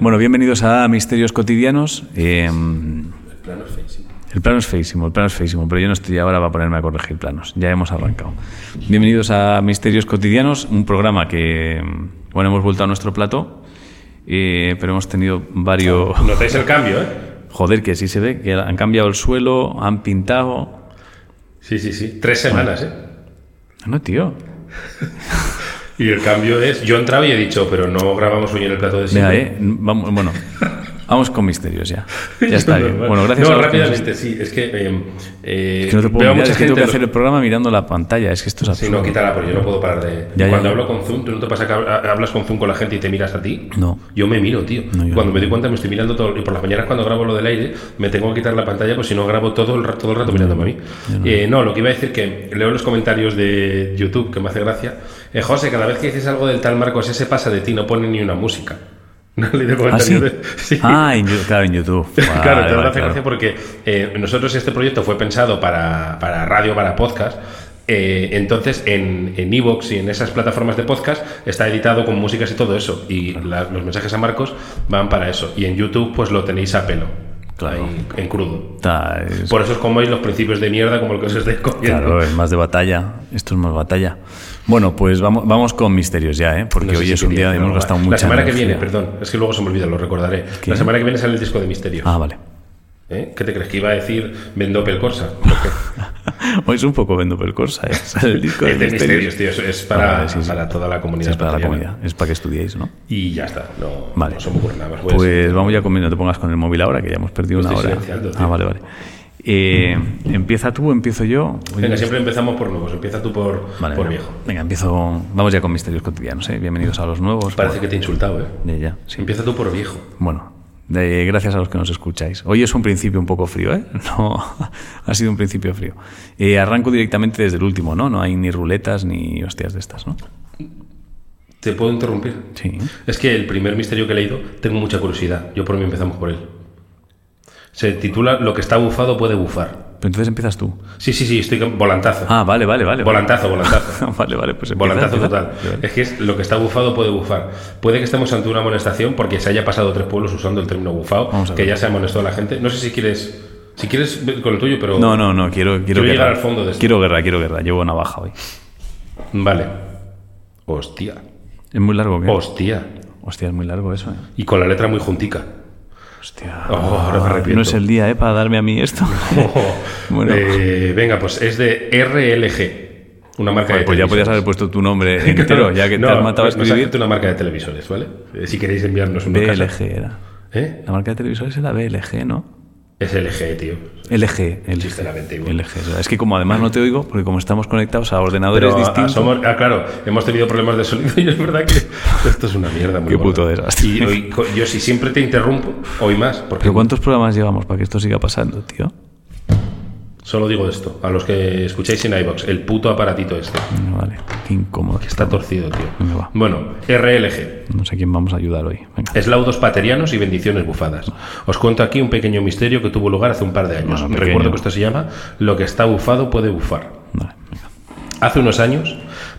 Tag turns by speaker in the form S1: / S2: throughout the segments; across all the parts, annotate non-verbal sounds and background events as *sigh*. S1: Bueno, bienvenidos a Misterios Cotidianos. Eh,
S2: El plano es feísimo.
S1: el plano es feísimo, el plano es feísimo, pero yo no estoy ahora para ponerme a corregir planos. Ya hemos arrancado. Bienvenidos a Misterios Cotidianos, un programa que, bueno, hemos vuelto a nuestro plato, eh, pero hemos tenido varios...
S2: *laughs* Notáis el cambio, ¿eh?
S1: Joder, que sí se ve, que han cambiado el suelo, han pintado... Ah,
S2: Sí, sí, sí. Tres semanas, ¿eh?
S1: No, tío.
S2: Y el cambio es. Yo entraba y he dicho, pero no grabamos hoy en el plato de
S1: Venga,
S2: siempre.
S1: eh, vamos, bueno, vamos con Misterios ya.
S2: *laughs*
S1: Ya está bien.
S2: Normal.
S1: Bueno, gracias
S2: no,
S1: a los que nos-
S2: rápidamente, sí. Es que. eh, eh,
S1: Es que no te puedo
S2: veo a
S1: mirar,
S2: mucha
S1: es que tengo que
S2: gente-
S1: hacer el programa mirando la pantalla, es que esto es
S2: Sí,
S1: absurdo.
S2: no, quítala, porque yo no puedo parar de.
S1: Ya, ya,
S2: Cuando
S1: ya.
S2: hablo con Zoom, ¿tú no te pasa que hab- hablas con Zoom con la gente y te miras a ti?
S1: No.
S2: Yo me miro, tío.
S1: No, yo
S2: cuando
S1: no.
S2: me doy cuenta, me estoy mirando todo. Y por las mañanas, cuando grabo lo del aire, me tengo que quitar la pantalla, pues si no, grabo todo el rato, todo el rato mirándome a mí. Eh, no, lo que iba a decir que leo los comentarios de YouTube, que me hace gracia. Eh, José, cada vez que dices algo del tal Marcos ese pasa de ti, no pone ni una música. *laughs* No leí
S1: ¿Ah,
S2: comentarios
S1: sí?
S2: de- *laughs* Sí.
S1: *laughs* Ah, en Yu- claro, en YouTube. Vale,
S2: *laughs* claro, te
S1: vale,
S2: hace
S1: claro.
S2: gracia porque eh, nosotros este proyecto fue pensado para, para radio, para podcast. eh, entonces, en en Evox y en esas plataformas de podcast está editado con músicas y todo eso. Y la- los mensajes a Marcos van para eso. Y en YouTube, pues lo tenéis a pelo.
S1: Claro.
S2: ahí, en crudo.
S1: Está- es-
S2: Por eso es como veis los principios de mierda, como el que os estáis comiendo.
S1: claro, es más de batalla. Esto es más batalla. Bueno, pues vamos, vamos con misterios ya, ¿eh? Porque
S2: No sé
S1: hoy
S2: si
S1: es un
S2: quería
S1: día
S2: decir
S1: hemos
S2: algo
S1: gastado
S2: más.
S1: mucha
S2: La semana que viene,
S1: energía.
S2: perdón. Es que luego se me olvida, lo recordaré.
S1: ¿Qué?
S2: La semana que viene sale el disco de misterio.
S1: Ah, vale. *laughs*
S2: ¿Eh? ¿Qué te crees que iba a decir Vendopel Corsa? ¿O qué?
S1: Hoy es un poco vendo el Corsa, ¿eh? Sale El disco de
S2: Es de misterios,
S1: misterios.
S2: tío. Es, es para,
S1: Vale, Ah, sí, sí.
S2: para toda la
S1: Sí,
S2: comunidad.
S1: es para la
S2: ecuatoriana.
S1: comunidad, es para que estudiéis, ¿no?
S2: Y ya está. No,
S1: Vale.
S2: no se me ocurre nada más.
S1: Pues,
S2: Pues,
S1: vamos ya conmigo, no te pongas con el móvil ahora, que ya hemos perdido una
S2: estoy
S1: hora.
S2: silenciando, tío.
S1: Ah, vale, vale. Eh, ¿Empieza tú? ¿Empiezo yo? Oye,
S2: Venga, siempre empezamos por nuevos. Empieza tú por,
S1: vale,
S2: por
S1: venga.
S2: viejo.
S1: Venga, empiezo. Vamos ya con misterios cotidianos, ¿eh? Bienvenidos a los nuevos.
S2: Parece que te he insultado, ¿eh?
S1: Ya, ya, sí.
S2: Empieza tú por viejo.
S1: Bueno, de- gracias a los que nos escucháis. Hoy es un principio un poco frío, ¿eh? *laughs* No, ha sido un principio frío. Eh, arranco directamente desde el último, ¿no? No hay ni ruletas ni hostias de estas, ¿no?
S2: ¿Te puedo interrumpir?
S1: Sí.
S2: Es que el primer misterio que he leído, tengo mucha curiosidad. Yo por mí empezamos por él. Se titula Lo que está bufado puede bufar.
S1: Pero entonces empiezas tú.
S2: Sí, sí, sí, estoy con volantazo.
S1: Ah, vale, vale, vale.
S2: volantazo, volantazo.
S1: *laughs* Vale, vale, pues empieza,
S2: Volantazo
S1: empieza.
S2: total. Es que es lo que está bufado puede bufar. Puede que estemos ante una amonestación porque se haya pasado tres pueblos usando el término bufado,
S1: Vamos a
S2: que
S1: ver.
S2: ya se amonestó a la gente. No sé si quieres, si quieres ver con el tuyo, pero
S1: No, no, no, quiero, quiero,
S2: Quiero llegar
S1: guerra.
S2: al fondo de esto.
S1: Quiero guerra, quiero guerra. Llevo navaja hoy.
S2: vale. Hostia,
S1: Es muy largo, ¿qué?
S2: hostia.
S1: Hostia, es muy largo eso, ¿eh?
S2: Y con la letra muy juntica.
S1: Hostia.
S2: Oh, ahora me arrepiento.
S1: no es el día, ¿eh? Para darme a mí
S2: *laughs*
S1: esto. *laughs* Bueno.
S2: Eh, venga, pues es de RLG, una marca
S1: Joder,
S2: de
S1: pues ya podías
S2: televisores.
S1: haber puesto tu
S2: *laughs*
S1: nombre entero, ya que
S2: No,
S1: te has matado a
S2: nos ha escrito
S1: escribir.
S2: una marca de televisores, ¿vale? Eh, Si queréis enviarnos una
S1: BLG
S2: casa.
S1: era.
S2: ¿Eh?
S1: La marca de televisores era BLG, ¿no?
S2: Es LG, tío.
S1: LG, LG.
S2: Sinceramente, igual.
S1: LG. o sea, Es que como además no te oigo, porque como estamos conectados a ordenadores
S2: Pero a- a-
S1: distintos.
S2: somos- ah, claro, hemos tenido problemas de sonido y es verdad que esto es una mierda. Muy
S1: Qué
S2: gorda.
S1: puto desastre.
S2: Y hoy- co- yo si siempre te interrumpo, hoy más, porque
S1: Pero ¿cuántos programas llevamos para que esto siga pasando, tío?
S2: solo digo esto, a los que escucháis en iVox, el puto aparatito este,
S1: Venga, Vale, qué incómodo.
S2: que está torcido, tío.
S1: Venga, va.
S2: Bueno, RLG.
S1: No sé a quién vamos a ayudar hoy. Venga.
S2: Eslaudos paterianos y bendiciones bufadas. Os cuento aquí un pequeño misterio que tuvo lugar hace un par de años.
S1: Bueno, pequeño.
S2: Recuerdo que esto se llama Lo que está bufado puede bufar.
S1: Vale, venga.
S2: Hace unos años,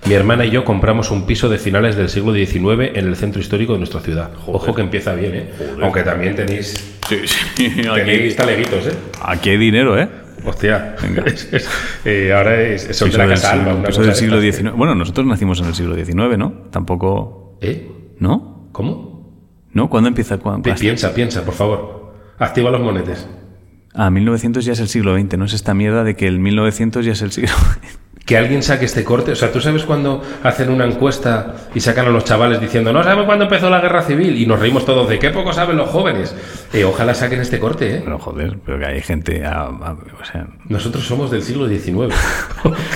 S2: mi hermana y yo compramos un piso de finales del siglo XIX en el centro histórico de nuestra ciudad. Ojo que empieza bien, ¿eh? Aunque también tenéis,
S1: Sí, *laughs* sí,
S2: tenéis taleguitos, ¿eh?
S1: Aquí hay dinero, ¿eh?
S2: Hostia, *laughs* es- es- eh, ahora es, es son de la
S1: del
S2: Casa Alba,
S1: siglo,
S2: una
S1: eso
S2: cosa
S1: del
S2: de
S1: siglo
S2: estas.
S1: XIX. Bueno, nosotros nacimos en el siglo XIX, ¿no? Tampoco.
S2: ¿Eh?
S1: ¿No?
S2: ¿Cómo?
S1: ¿No? ¿Cuándo empieza? ¿Cuándo?
S2: Pi- piensa, piensa, por favor. Activa los monetes.
S1: Ah, 1900 ya es el siglo XX, no es esta mierda de que el 1900 ya es el siglo *laughs*
S2: Que alguien saque este corte. O sea, ¿tú sabes cuando hacen una encuesta y sacan a los chavales diciendo no sabemos cuándo empezó la guerra civil? Y nos reímos todos de qué poco saben los jóvenes. Eh, ojalá saquen este corte, ¿eh?
S1: Pero joder, pero que hay gente. a- a- ah, o sea,
S2: Nosotros somos del siglo XIX. *laughs*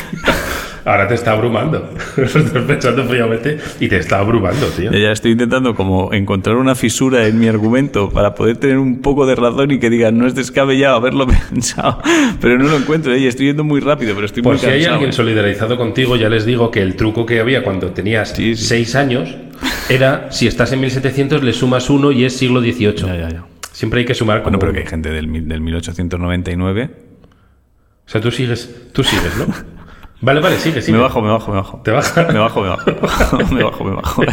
S2: ahora te está abrumando. *laughs* Lo estás pensando fríamente y te está abrumando, tío.
S1: Ya, ya estoy intentando como encontrar una fisura en mi argumento para poder tener un poco de razón y que digan, no es descabellado haberlo *laughs* pensado, pero no lo encuentro. ¿eh? Y estoy yendo muy rápido, pero estoy
S2: Por
S1: muy
S2: si hay
S1: cansado,
S2: alguien
S1: ¿eh?
S2: solidarizado contigo, ya les digo que el truco que había cuando tenías
S1: Sí, sí.
S2: 6 años era si estás en 1700 le sumas 1 y es siglo XVIII.
S1: Ya, ya, ya.
S2: Siempre hay que sumar como
S1: Bueno, pero que hay
S2: uno.
S1: gente del, mil- del 1899.
S2: O sea, tú sigues, tú sigues,
S1: *laughs*
S2: ¿no? vale, vale, sigue, sigue.
S1: Me bajo, me bajo, me bajo.
S2: Te baja.
S1: Me bajo, me bajo. *laughs* Me bajo, me bajo. ¿eh?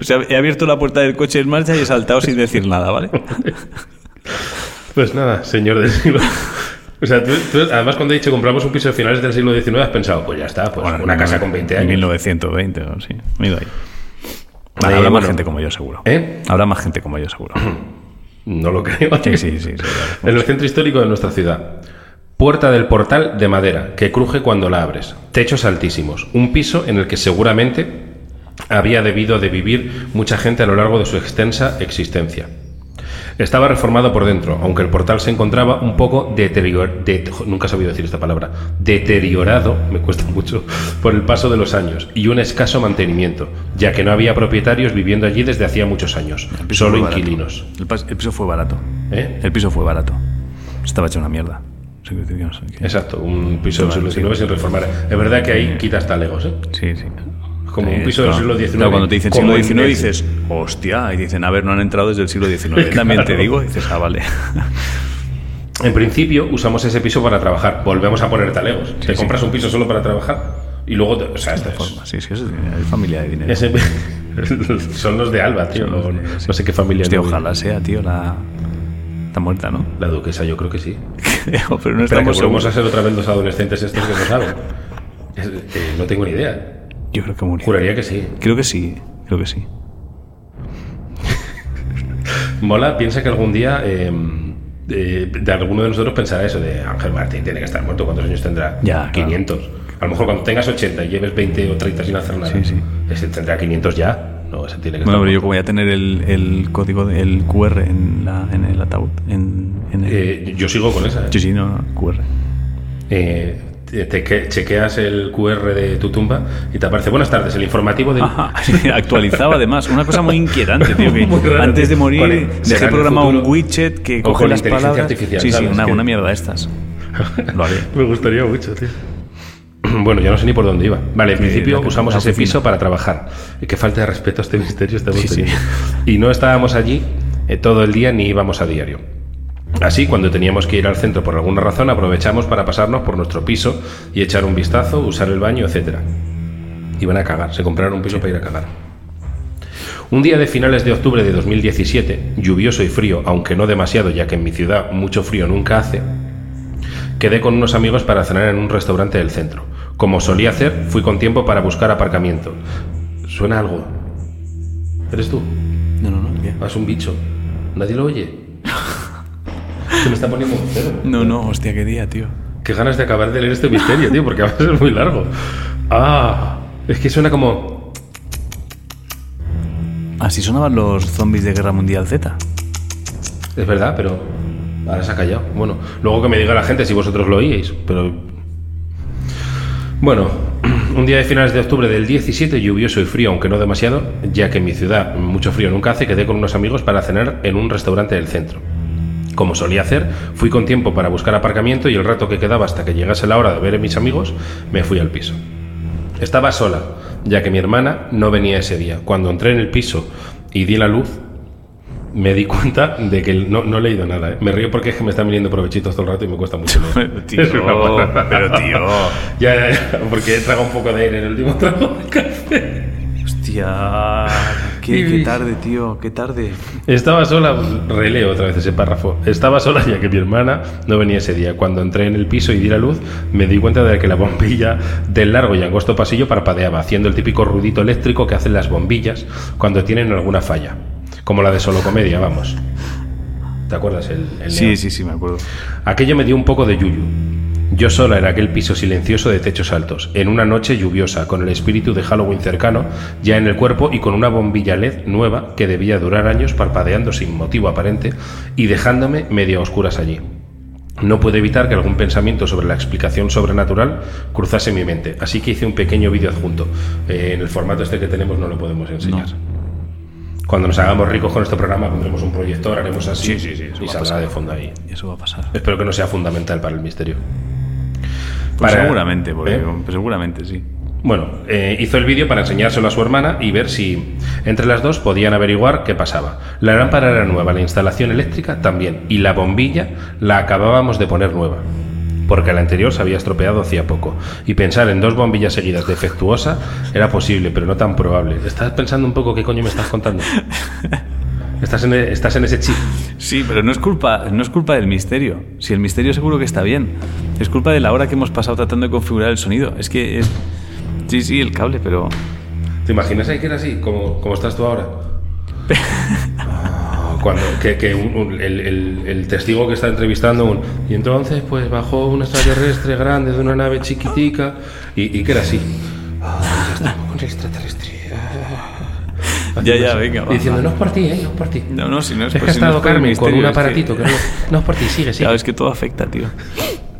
S1: O sea, he abierto la puerta del coche en marcha y he saltado sin decir nada, ¿vale?
S2: *laughs* Pues nada, señor del siglo. *laughs* O sea, tú, tú- además cuando he dicho compramos un piso de finales del siglo XIX, has pensado, pues ya está, pues
S1: Bueno,
S2: una
S1: en
S2: casa
S1: mil-
S2: con 20
S1: en
S2: años.
S1: 1920, o sí. Me he ido ahí. Vale,
S2: Eh,
S1: habrá más
S2: bueno.
S1: gente como yo, seguro.
S2: ¿Eh?
S1: Habrá más gente como yo, *clears throat* seguro.
S2: No lo creo.
S1: Sí, sí, sí. sí, claro.
S2: *laughs* En el centro histórico de nuestra ciudad. Puerta del portal de madera, que cruje cuando la abres. Techos altísimos. Un piso en el que seguramente había debido de vivir mucha gente a lo largo de su extensa existencia. Estaba reformado por dentro, aunque el portal se encontraba un poco deteriorado, nunca he sabido decir esta palabra, deteriorado, *laughs* me cuesta mucho, por el paso de los años y un escaso mantenimiento, ya que no había propietarios viviendo allí desde hacía muchos años,
S1: piso
S2: solo
S1: muy barato.
S2: inquilinos.
S1: El, pas- el piso fue barato.
S2: ¿Eh?
S1: El piso fue barato. Estaba hecho una mierda. O sea, que decir que no sé qué.
S2: Exacto, un piso del siglo
S1: Vale, sí.
S2: XIX sin reformar. Es verdad que ahí quitas talegos, ¿eh?
S1: Sí, sí.
S2: Como un
S1: Sí,
S2: piso del
S1: claro.
S2: siglo XIX.
S1: Claro, Eh, cuando te dicen siglo
S2: como en
S1: XIX
S2: el-
S1: dices, hostia, y dicen, a ver, no han entrado desde el siglo XIX. *laughs* También te
S2: Claro.
S1: digo, y dices, ah, *laughs* vale.
S2: En principio usamos ese piso para trabajar, volvemos a poner talegos. te
S1: sí.
S2: compras un piso solo para trabajar y luego, te- o sea, esto es-
S1: Forma. Sí, sí, es, es familia de dinero.
S2: ese- *laughs* son los de Alba, tío. No, no sé qué familia.
S1: Hostia,
S2: no-
S1: ojalá sea, tío, la... Está muerta, ¿no? *laughs*
S2: La duquesa, yo creo que sí.
S1: Creo, pero no
S2: Espera, que
S1: estamos
S2: volvemos
S1: seguros.
S2: a ser otra vez los adolescentes estos que no saben. Es- eh, no tengo ni idea.
S1: Yo creo que murió.
S2: Juraría que sí.
S1: Creo que sí, creo que sí.
S2: Mola, piensa que algún día eh, eh, de alguno de nosotros pensará eso de Ángel Martín tiene que estar muerto, ¿cuántos años tendrá?
S1: Ya, claro.
S2: 500. A lo mejor cuando tengas 80 y lleves 20 o 30 sin hacer nada,
S1: Sí, sí.
S2: ese tendrá 500 ya. No, ese tiene que
S1: Bueno, pero
S2: estar
S1: yo como voy a tener el, el código, de- el QR en, la, en el ataúd, en, en el...
S2: muerto. Eh, yo sigo con esa. ¿eh?
S1: Sí, sí, no, no, QR.
S2: Eh, te- te que- chequeas el QR de tu tumba y te aparece buenas tardes, el informativo de...
S1: Ajá, *laughs* actualizaba además, una cosa muy inquietante, tío, que
S2: *laughs* Muy raro,
S1: antes de
S2: tío. Con
S1: morir
S2: el- será en
S1: dejé
S2: el
S1: programado un
S2: futuro.
S1: widget que
S2: O
S1: coge
S2: con
S1: las
S2: inteligencia
S1: palabras.
S2: artificial,
S1: sí, sí,
S2: ¿sabes?
S1: una,
S2: Que-
S1: una mierda de
S2: *laughs*
S1: estas. Lo haré.
S2: Me gustaría mucho, tío. *clears throat* Bueno, yo no sé ni por dónde iba. Vale, en
S1: Sí,
S2: principio
S1: la que-
S2: usamos
S1: la
S2: ese
S1: oficina.
S2: piso para trabajar. Y Qué falta de respeto a este misterio estamos
S1: Sí, sí.
S2: teniendo. Y no estábamos allí eh, todo el día ni íbamos a diario. Así, cuando teníamos que ir al centro por alguna razón, aprovechamos para pasarnos por nuestro piso y echar un vistazo, usar el baño, etcétera. Iban a cagar, se compraron un piso para ir a cagar. Un día de finales de octubre de 2017, lluvioso y frío, aunque no demasiado, ya que en mi ciudad mucho frío nunca hace, Quedé con unos amigos para cenar en un restaurante del centro. Como solía hacer, fui con tiempo para buscar aparcamiento. ¿Suena algo? ¿Eres tú?
S1: No, no, no, ¿qué?
S2: Ah, Es un bicho. ¿Nadie lo oye? Se me está poniendo un cero.
S1: No, no, hostia, qué día, tío.
S2: Qué ganas de acabar de leer este misterio, tío, porque *laughs* a veces es muy largo. Ah, es que suena como...
S1: Así sonaban los zombies de Guerra Mundial
S2: *laughs*
S1: Z.
S2: Es verdad, pero ahora se ha callado. Bueno, luego que me diga la gente si vosotros lo oíais, pero... Bueno, un día de finales de octubre del 17, lluvioso y frío, aunque no demasiado, ya que en mi ciudad mucho frío nunca hace, quedé con unos amigos para cenar en un restaurante del centro. Como solía hacer, fui con tiempo para buscar aparcamiento y el rato que quedaba hasta que llegase la hora de ver a mis amigos, me fui al piso. Estaba sola, ya que mi hermana no venía ese día. Cuando entré en el piso y di la luz, me di cuenta de que no, no he leído nada. ¿eh? Me río porque es que me están viniendo provechitos todo el rato y me cuesta mucho leer.
S1: Tío,
S2: Es una buena.
S1: pero tío.
S2: Ya, ya, ya, *laughs* porque he tragado un poco de aire en el último *laughs* trago de café.
S1: Hostia, qué, qué tarde, tío, qué tarde.
S2: Estaba sola, releo otra vez ese párrafo. Estaba sola ya que mi hermana no venía ese día. Cuando entré en el piso y di la luz, me di cuenta de que la bombilla del largo y angosto pasillo parpadeaba, haciendo el típico ruidito eléctrico que hacen las bombillas cuando tienen alguna falla. Como la de Solo Comedia, vamos. ¿Te acuerdas? El, el
S1: Sí,
S2: neón?
S1: sí, sí, me acuerdo.
S2: Aquello me dio un poco de yuyu. Yo sola en aquel piso silencioso de techos altos, en una noche lluviosa, con el espíritu de Halloween cercano, ya en el cuerpo y con una bombilla LED nueva que debía durar años parpadeando sin motivo aparente y dejándome medio a oscuras allí. no pude evitar que algún pensamiento sobre la explicación sobrenatural cruzase mi mente, así que hice un pequeño vídeo adjunto. Eh, en el formato este que tenemos no lo podemos enseñar. No. Cuando nos hagamos ricos con este programa pondremos un proyector, haremos así
S1: sí, sí, sí,
S2: y saldrá de fondo ahí.
S1: Eso va a pasar.
S2: Espero que no sea fundamental para el misterio.
S1: Pues para, seguramente, porque, ¿eh? pues seguramente sí.
S2: Bueno, eh, hizo el vídeo para enseñárselo a su hermana y ver si entre las dos podían averiguar qué pasaba. La lámpara era nueva, la instalación eléctrica también, y la bombilla la acabábamos de poner nueva, porque la anterior se había estropeado hacía poco. Y pensar en dos bombillas seguidas defectuosa era posible, pero no tan probable. Estás pensando un poco qué coño me estás
S1: *laughs*
S2: contando. Estás en, e, estás en ese chip.
S1: Sí, pero no es, culpa, no es culpa del misterio. Si el misterio seguro que está bien. Es culpa de la hora que hemos pasado tratando de configurar el sonido. Es que es... Sí, sí, el cable, pero...
S2: ¿Te imaginas ahí que era así, como, como estás tú ahora? oh, cuando que, que un, un, el, el, el, testigo que está entrevistando un, y entonces pues bajó un extraterrestre grande de una nave chiquitica y, y que era así oh, ya estamos con extraterrestre Ah,
S1: ya, ya, venga. Va,
S2: diciendo,
S1: va.
S2: no es por ti, ¿eh? No es por ti.
S1: No, no, si no es,
S2: es
S1: por, que
S2: Pues si
S1: ha estado
S2: no Carmen misterio, con un aparatito. Es que... que no, no, es por ti, sigue,
S1: *laughs*
S2: sigue.
S1: Claro, es que todo afecta, tío.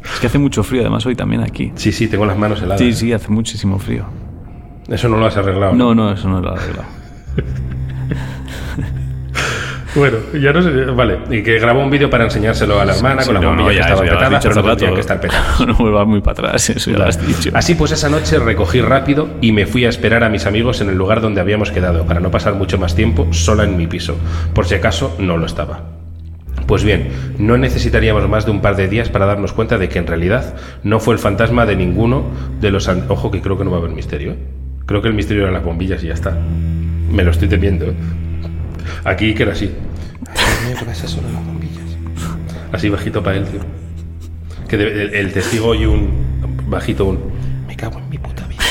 S1: Es que hace mucho frío, además hoy también aquí.
S2: Sí, sí, tengo las manos heladas.
S1: Sí, sí, hace muchísimo frío.
S2: Eso no lo has arreglado.
S1: No, no, no eso no lo he arreglado.
S2: bueno, ya no sé. Vale, y que grabó un vídeo para enseñárselo a la hermana sí, con sí, la bombilla no, ya, que estaba petada, pero no tenía
S1: *laughs*
S2: que estar petada.
S1: no vuelvas muy para atrás, eso ya claro. lo has dicho.
S2: Así pues, esa noche recogí rápido y me fui a esperar a mis amigos en el lugar donde habíamos quedado, para no pasar mucho más tiempo sola en mi piso, por si acaso no lo estaba. Pues bien, no necesitaríamos más de un par de días para darnos cuenta de que en realidad no fue el fantasma de ninguno de los... Ojo, que creo que no va a haber misterio, ¿eh? Creo que el misterio eran las bombillas y ya está. Me lo estoy temiendo. ¿eh? Aquí que era así. Ay, mía, esas son las bombillas. Así bajito para él, tío. Que de, el, el, testigo y un bajito un.
S3: Me cago en mi puta vida.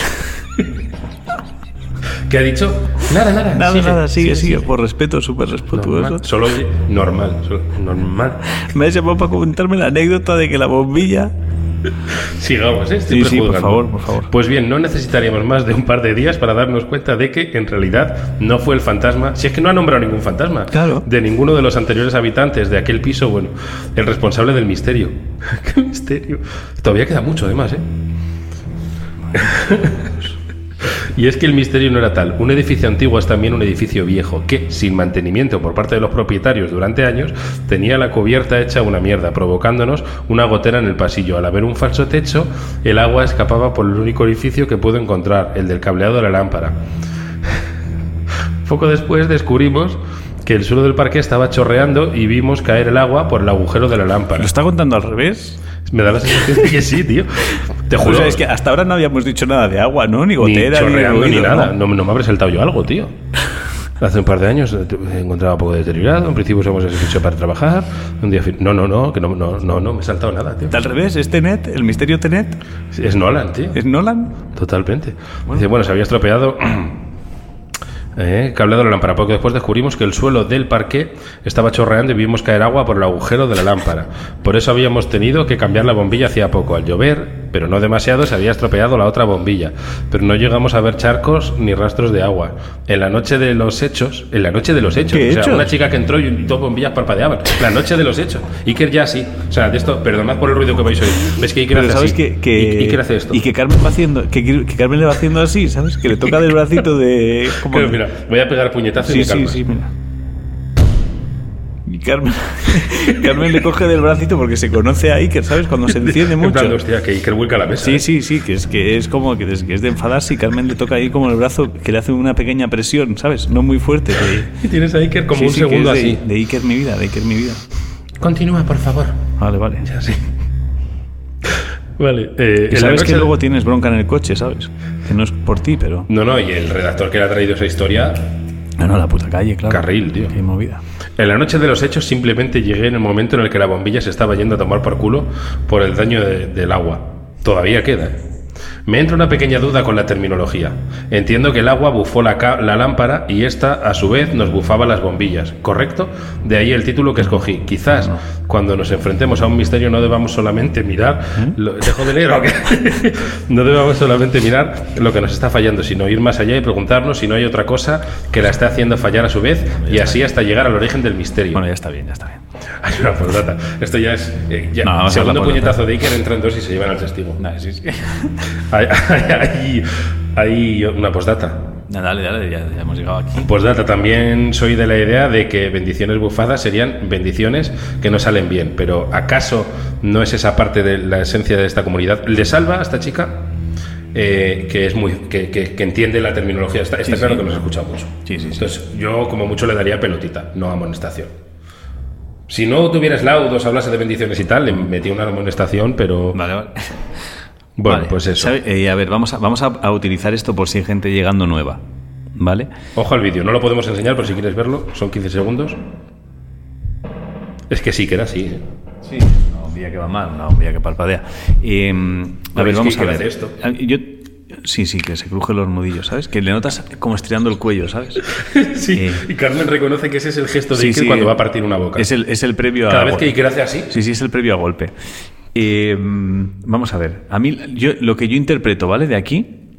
S2: *laughs* ¿Qué ha dicho? Nada, nada.
S1: Nada, sigue, nada, sigue, sigue, sigue. sigue. Por respeto, súper respetuoso.
S2: Normal. Solo normal, solo, normal.
S1: Me has llamado para comentarme la anécdota de que la bombilla
S2: Sigamos, ¿eh?
S1: Sí, sí, por favor, por favor.
S2: Pues bien, no necesitaríamos más de un par de días para darnos cuenta de que en realidad no fue el fantasma, si es que no ha nombrado ningún fantasma,
S1: claro.
S2: de ninguno de los anteriores habitantes de aquel piso, bueno, el responsable del misterio. *laughs* ¿Qué misterio? Todavía queda mucho, además, ¿eh? Y es que el misterio no era tal. Un edificio antiguo es también un edificio viejo que, sin mantenimiento por parte de los propietarios durante años, tenía la cubierta hecha una mierda, provocándonos una gotera en el pasillo. Al haber un falso techo, el agua escapaba por el único edificio que pudo encontrar, el del cableado de la lámpara. *laughs* Poco después descubrimos que el suelo del parque estaba chorreando y vimos caer el agua por el agujero de la lámpara.
S1: ¿Lo está contando al revés?
S2: Me da la sensación de que sí, tío. Te juro. O sea,
S1: Pues es que hasta ahora no habíamos dicho nada de agua, ¿no? Ni gotera,
S2: ni, ni, ruido, ni nada. ¿no? No, no me habré saltado yo algo, tío. Hace un par de años eh, me encontraba poco deteriorado. En principio usamos ese ficho para trabajar. Un día. No, no, no, que no, no, no, no me he saltado nada, tío.
S1: Al revés, es Tenet, el misterio Tenet.
S2: Es Nolan, tío.
S1: ¿Es Nolan?
S2: Totalmente. Bueno. Dice, bueno, se había estropeado. *clears throat* Eh, cableado de la lámpara. Poco después descubrimos que el suelo del parque estaba chorreando y vimos caer agua por el agujero de la lámpara. Por eso habíamos tenido que cambiar la bombilla hacía poco. Al llover, pero no demasiado, se había estropeado la otra bombilla. Pero no llegamos a ver charcos ni rastros de agua. En la noche de los hechos, en la noche de los hechos, o sea,
S1: hechos?
S2: una chica que entró y dos bombillas parpadeaban. La noche de los hechos. Iker ya sí. O sea, de esto, perdonad por el ruido que vais a oír. Ves que Iker
S1: pero
S2: hace
S1: sabes
S2: así.
S1: Que, que
S2: Iker hace esto.
S1: Y que Carmen va haciendo, que, que Carmen le va haciendo así, ¿sabes? Que le toca del bracito de.
S2: Como pero, mira, voy a pegar puñetazo
S1: sí,
S2: y me calmas.
S1: Sí, sí, mira. Y Carmen, *laughs* Carmen le coge del bracito porque se conoce a Iker, ¿sabes? Cuando se enciende mucho.
S2: En plan, hostia, que Iker vuelca la mesa. ¿eh?
S1: Sí, sí, sí, que es, que es como que es, que es de enfadarse y Carmen le toca ahí como el brazo que le hace una pequeña presión, ¿sabes? No muy fuerte.
S2: Que... Y tienes a Iker como sí, un
S1: sí,
S2: segundo
S1: que es de,
S2: así.
S1: De Iker mi vida, de Iker mi vida.
S3: Continúa, por favor.
S1: Vale, vale.
S2: Ya sí. Vale. Eh,
S1: y sabes que de... luego tienes bronca en el coche, ¿sabes? Que no es por ti, pero.
S2: No, no, y el redactor que le ha traído esa historia.
S1: No, no, la puta calle, claro.
S2: Carril, tío.
S1: Qué movida.
S2: En la noche de los hechos simplemente llegué en el momento en el que la bombilla se estaba yendo a tomar por culo por el daño de, del agua. Todavía queda. ¿eh? Me entra una pequeña duda con la terminología. Entiendo que el agua bufó la, la, lámpara y esta, a su vez, nos bufaba las bombillas, ¿correcto? De ahí el título que escogí. Quizás no. cuando nos enfrentemos a un misterio no debamos solamente mirar. ¿Eh?
S1: ¿Mm?
S2: Lo, dejo de leer, ¿o qué? *laughs* no debamos solamente mirar lo que nos está fallando, sino ir más allá y preguntarnos si no hay otra cosa que la esté haciendo fallar a su vez y así hasta llegar al origen del misterio. *laughs*
S1: Bueno, ya está bien, ya está bien.
S2: Hay una postdata. Esto ya es. eh, ya-
S1: No, vamos a hacer la
S2: segundo
S1: postdata.
S2: puñetazo de Iker entran dos y se llevan al testigo.
S1: Nah, *laughs* sí, sí.
S2: Hay, *laughs* hay- hay una postdata.
S1: Nah, dale, dale, ya, ya hemos llegado aquí.
S2: Postdata, también soy de la idea de que bendiciones bufadas serían bendiciones que no salen bien, pero ¿acaso no es esa parte de la esencia de esta comunidad? ¿Le salva a esta chica? eh, que es muy que, que- que entiende la terminología está, está
S1: Sí,
S2: claro
S1: sí.
S2: que nos escucha mucho
S1: Sí, sí, sí.
S2: entonces yo como mucho le daría pelotita no amonestación si no tuvieras laudos hablase de bendiciones y tal le metí una amonestación pero
S1: Vale, vale.
S2: bueno
S1: Vale.
S2: pues eso
S1: ¿Sabe? Eh, a ver, vamos, a, vamos a, a utilizar esto por si hay gente llegando nueva. ¿Vale?
S2: Ojo al vídeo, no lo podemos enseñar, pero si quieres verlo, son 15 segundos. Es que sí, que era así. ¿eh?
S1: Sí, una bombilla que va mal, una bombilla que parpadea. Eh, a
S2: No,
S1: ver,
S2: es
S1: vamos
S2: que
S1: a
S2: hay que
S1: ver.
S2: hacer esto.
S1: Ah, Yo, sí, sí, que se crujen los nudillos, ¿sabes? Que le notas como estirando el cuello,
S2: *laughs*
S1: ¿sabes?
S2: *laughs* Sí,
S1: Eh.
S2: y Carmen reconoce que ese es el gesto de
S1: Sí,
S2: Iker
S1: sí.
S2: cuando va a partir una boca.
S1: Es el, es el previo
S2: Cada
S1: a.
S2: vez que Iker hace así,
S1: Sí, sí, es el previo a golpe. Eh, vamos a ver. A mí, yo, lo que yo interpreto, ¿vale? De aquí,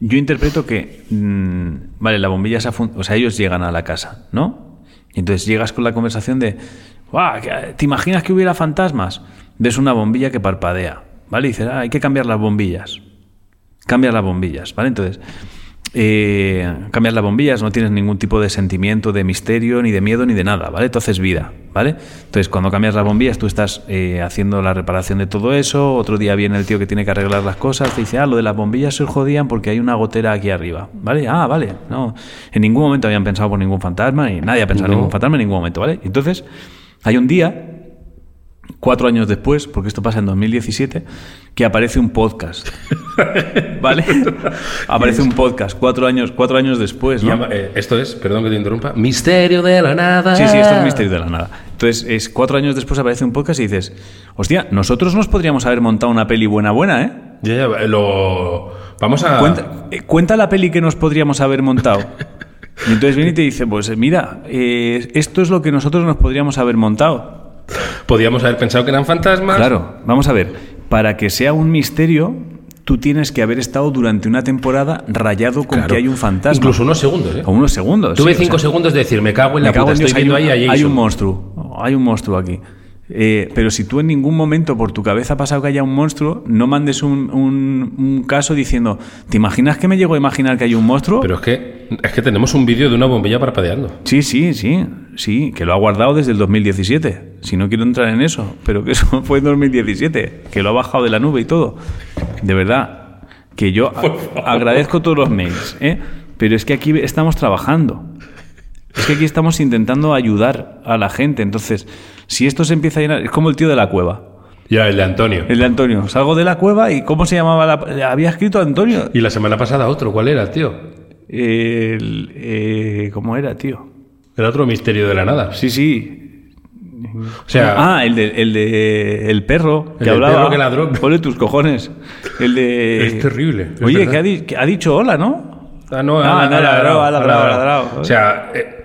S1: yo interpreto que. mm, vale, la bombilla se ha fun- O sea, ellos llegan a la casa, ¿no? Y entonces llegas con la conversación de. "Buah, que- eh, ¿Te imaginas que hubiera fantasmas? Ves una bombilla que parpadea, ¿vale? Y dices, "Ah, hay que cambiar las bombillas. Cambias las bombillas, ¿vale? Entonces. eh, cambias las bombillas, no tienes ningún tipo de sentimiento, de misterio, ni de miedo, ni de nada, ¿vale? Entonces vida, ¿vale? Entonces cuando cambias las bombillas tú estás eh, haciendo la reparación de todo eso, otro día viene el tío que tiene que arreglar las cosas, te dice, ah, lo de las bombillas se jodían porque hay una gotera aquí arriba, ¿vale? Ah, vale, no, en ningún momento habían pensado por ningún fantasma, ni nadie ha pensado en
S2: No.
S1: ningún fantasma en ningún momento, ¿vale? Entonces hay un día cuatro años después, porque esto pasa en 2017, que aparece un podcast. ¿Vale? aparece un podcast cuatro años, cuatro años después, ¿no?
S2: llama- eh, esto es, perdón que te interrumpa, misterio de la nada.
S1: Sí, sí, esto es misterio de la nada. Entonces, es cuatro años después aparece un podcast y dices, hostia, nosotros nos podríamos haber montado una peli buena buena, ¿eh?
S2: Ya, ya, eh, lo... Vamos a...
S1: Cuenta, eh, cuenta la peli que nos podríamos haber montado. Y entonces viene y te dice, pues eh, mira, eh, esto es lo que nosotros nos podríamos haber montado.
S2: Podíamos haber pensado que eran fantasmas.
S1: Claro, vamos a ver. Para que sea un misterio, tú tienes que haber estado durante una temporada rayado con
S2: Claro.
S1: que hay un fantasma.
S2: Incluso unos segundos, ¿eh?
S1: O unos segundos.
S2: Tuve
S1: sí, o
S2: cinco
S1: sea,
S2: segundos de decir, me cago en
S1: me
S2: la
S1: cago
S2: puta,
S1: en Dios,
S2: estoy
S1: hay,
S2: viendo
S1: un,
S2: ahí a
S1: hay un
S2: Jason.
S1: monstruo. Hay un monstruo aquí. Eh, pero si tú en ningún momento por tu cabeza ha pasado que haya un monstruo, no mandes un, un- un caso diciendo, ¿te imaginas que me llego a imaginar que hay un monstruo?
S2: Pero es que, es que tenemos un vídeo de una bombilla parpadeando.
S1: Sí, sí, sí, sí, que lo ha guardado desde el 2017. Si no quiero entrar en eso, *laughs* pero que eso fue en 2017, que lo ha bajado de la nube y todo. De verdad, que yo a- agradezco todos los mails, ¿eh? pero es que aquí estamos trabajando. Es que aquí estamos intentando ayudar a la gente. Entonces, si esto se empieza a llenar, es como el tío de la cueva.
S2: Ya, el de Antonio.
S1: El de Antonio, salgo de la cueva y ¿cómo se llamaba? La, había escrito Antonio.
S2: Y la semana pasada otro, ¿cuál era, tío?
S1: El- eh, ¿Cómo era, tío?
S2: Era otro misterio de la nada.
S1: Sí, sí,
S2: O sea,
S1: ah, el de, el de el perro que
S2: del
S1: hablaba.
S2: perro que ladró.
S1: *laughs* Ponle tus cojones. El de.
S2: Es terrible, es
S1: Oye,
S2: verdad.
S1: que ha, di- que ha dicho hola, ¿no?
S2: ah, no,
S1: ah,
S2: ha
S1: no, ladrado, ha ladrado, ha ladrado.
S2: O sea, eh,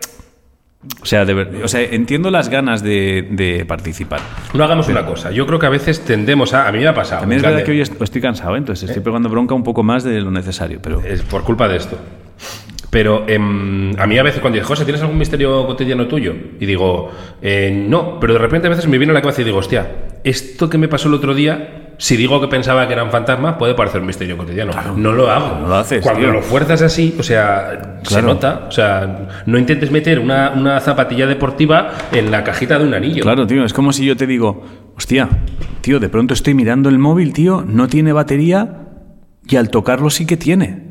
S1: O sea, de ver- o sea entiendo las ganas de, de participar.
S2: no hagamos una cosa. Yo creo que a veces tendemos a. A mí me ha pasado.
S1: También
S2: en
S1: es
S2: plan
S1: verdad que
S2: de-
S1: hoy est- estoy cansado, ¿eh? entonces estoy pegando bronca un poco más de lo necesario. Pero
S2: es por culpa de esto. Pero em, a mí a veces cuando dices, José, ¿tienes algún misterio cotidiano tuyo? Y digo, eh, no, pero de repente a veces me viene a la cabeza y digo, hostia, esto que me pasó el otro día, si digo que pensaba que eran fantasmas, puede parecer un misterio cotidiano. no lo hago.
S1: No lo haces,
S2: Cuando
S1: tío.
S2: lo fuerzas así, o sea, se
S1: Claro.
S2: nota. O sea, no intentes meter una, una zapatilla deportiva en la cajita de un anillo.
S1: claro, tío, es como si yo te digo, hostia, tío, de pronto estoy mirando el móvil, tío, no tiene batería y al tocarlo sí que tiene.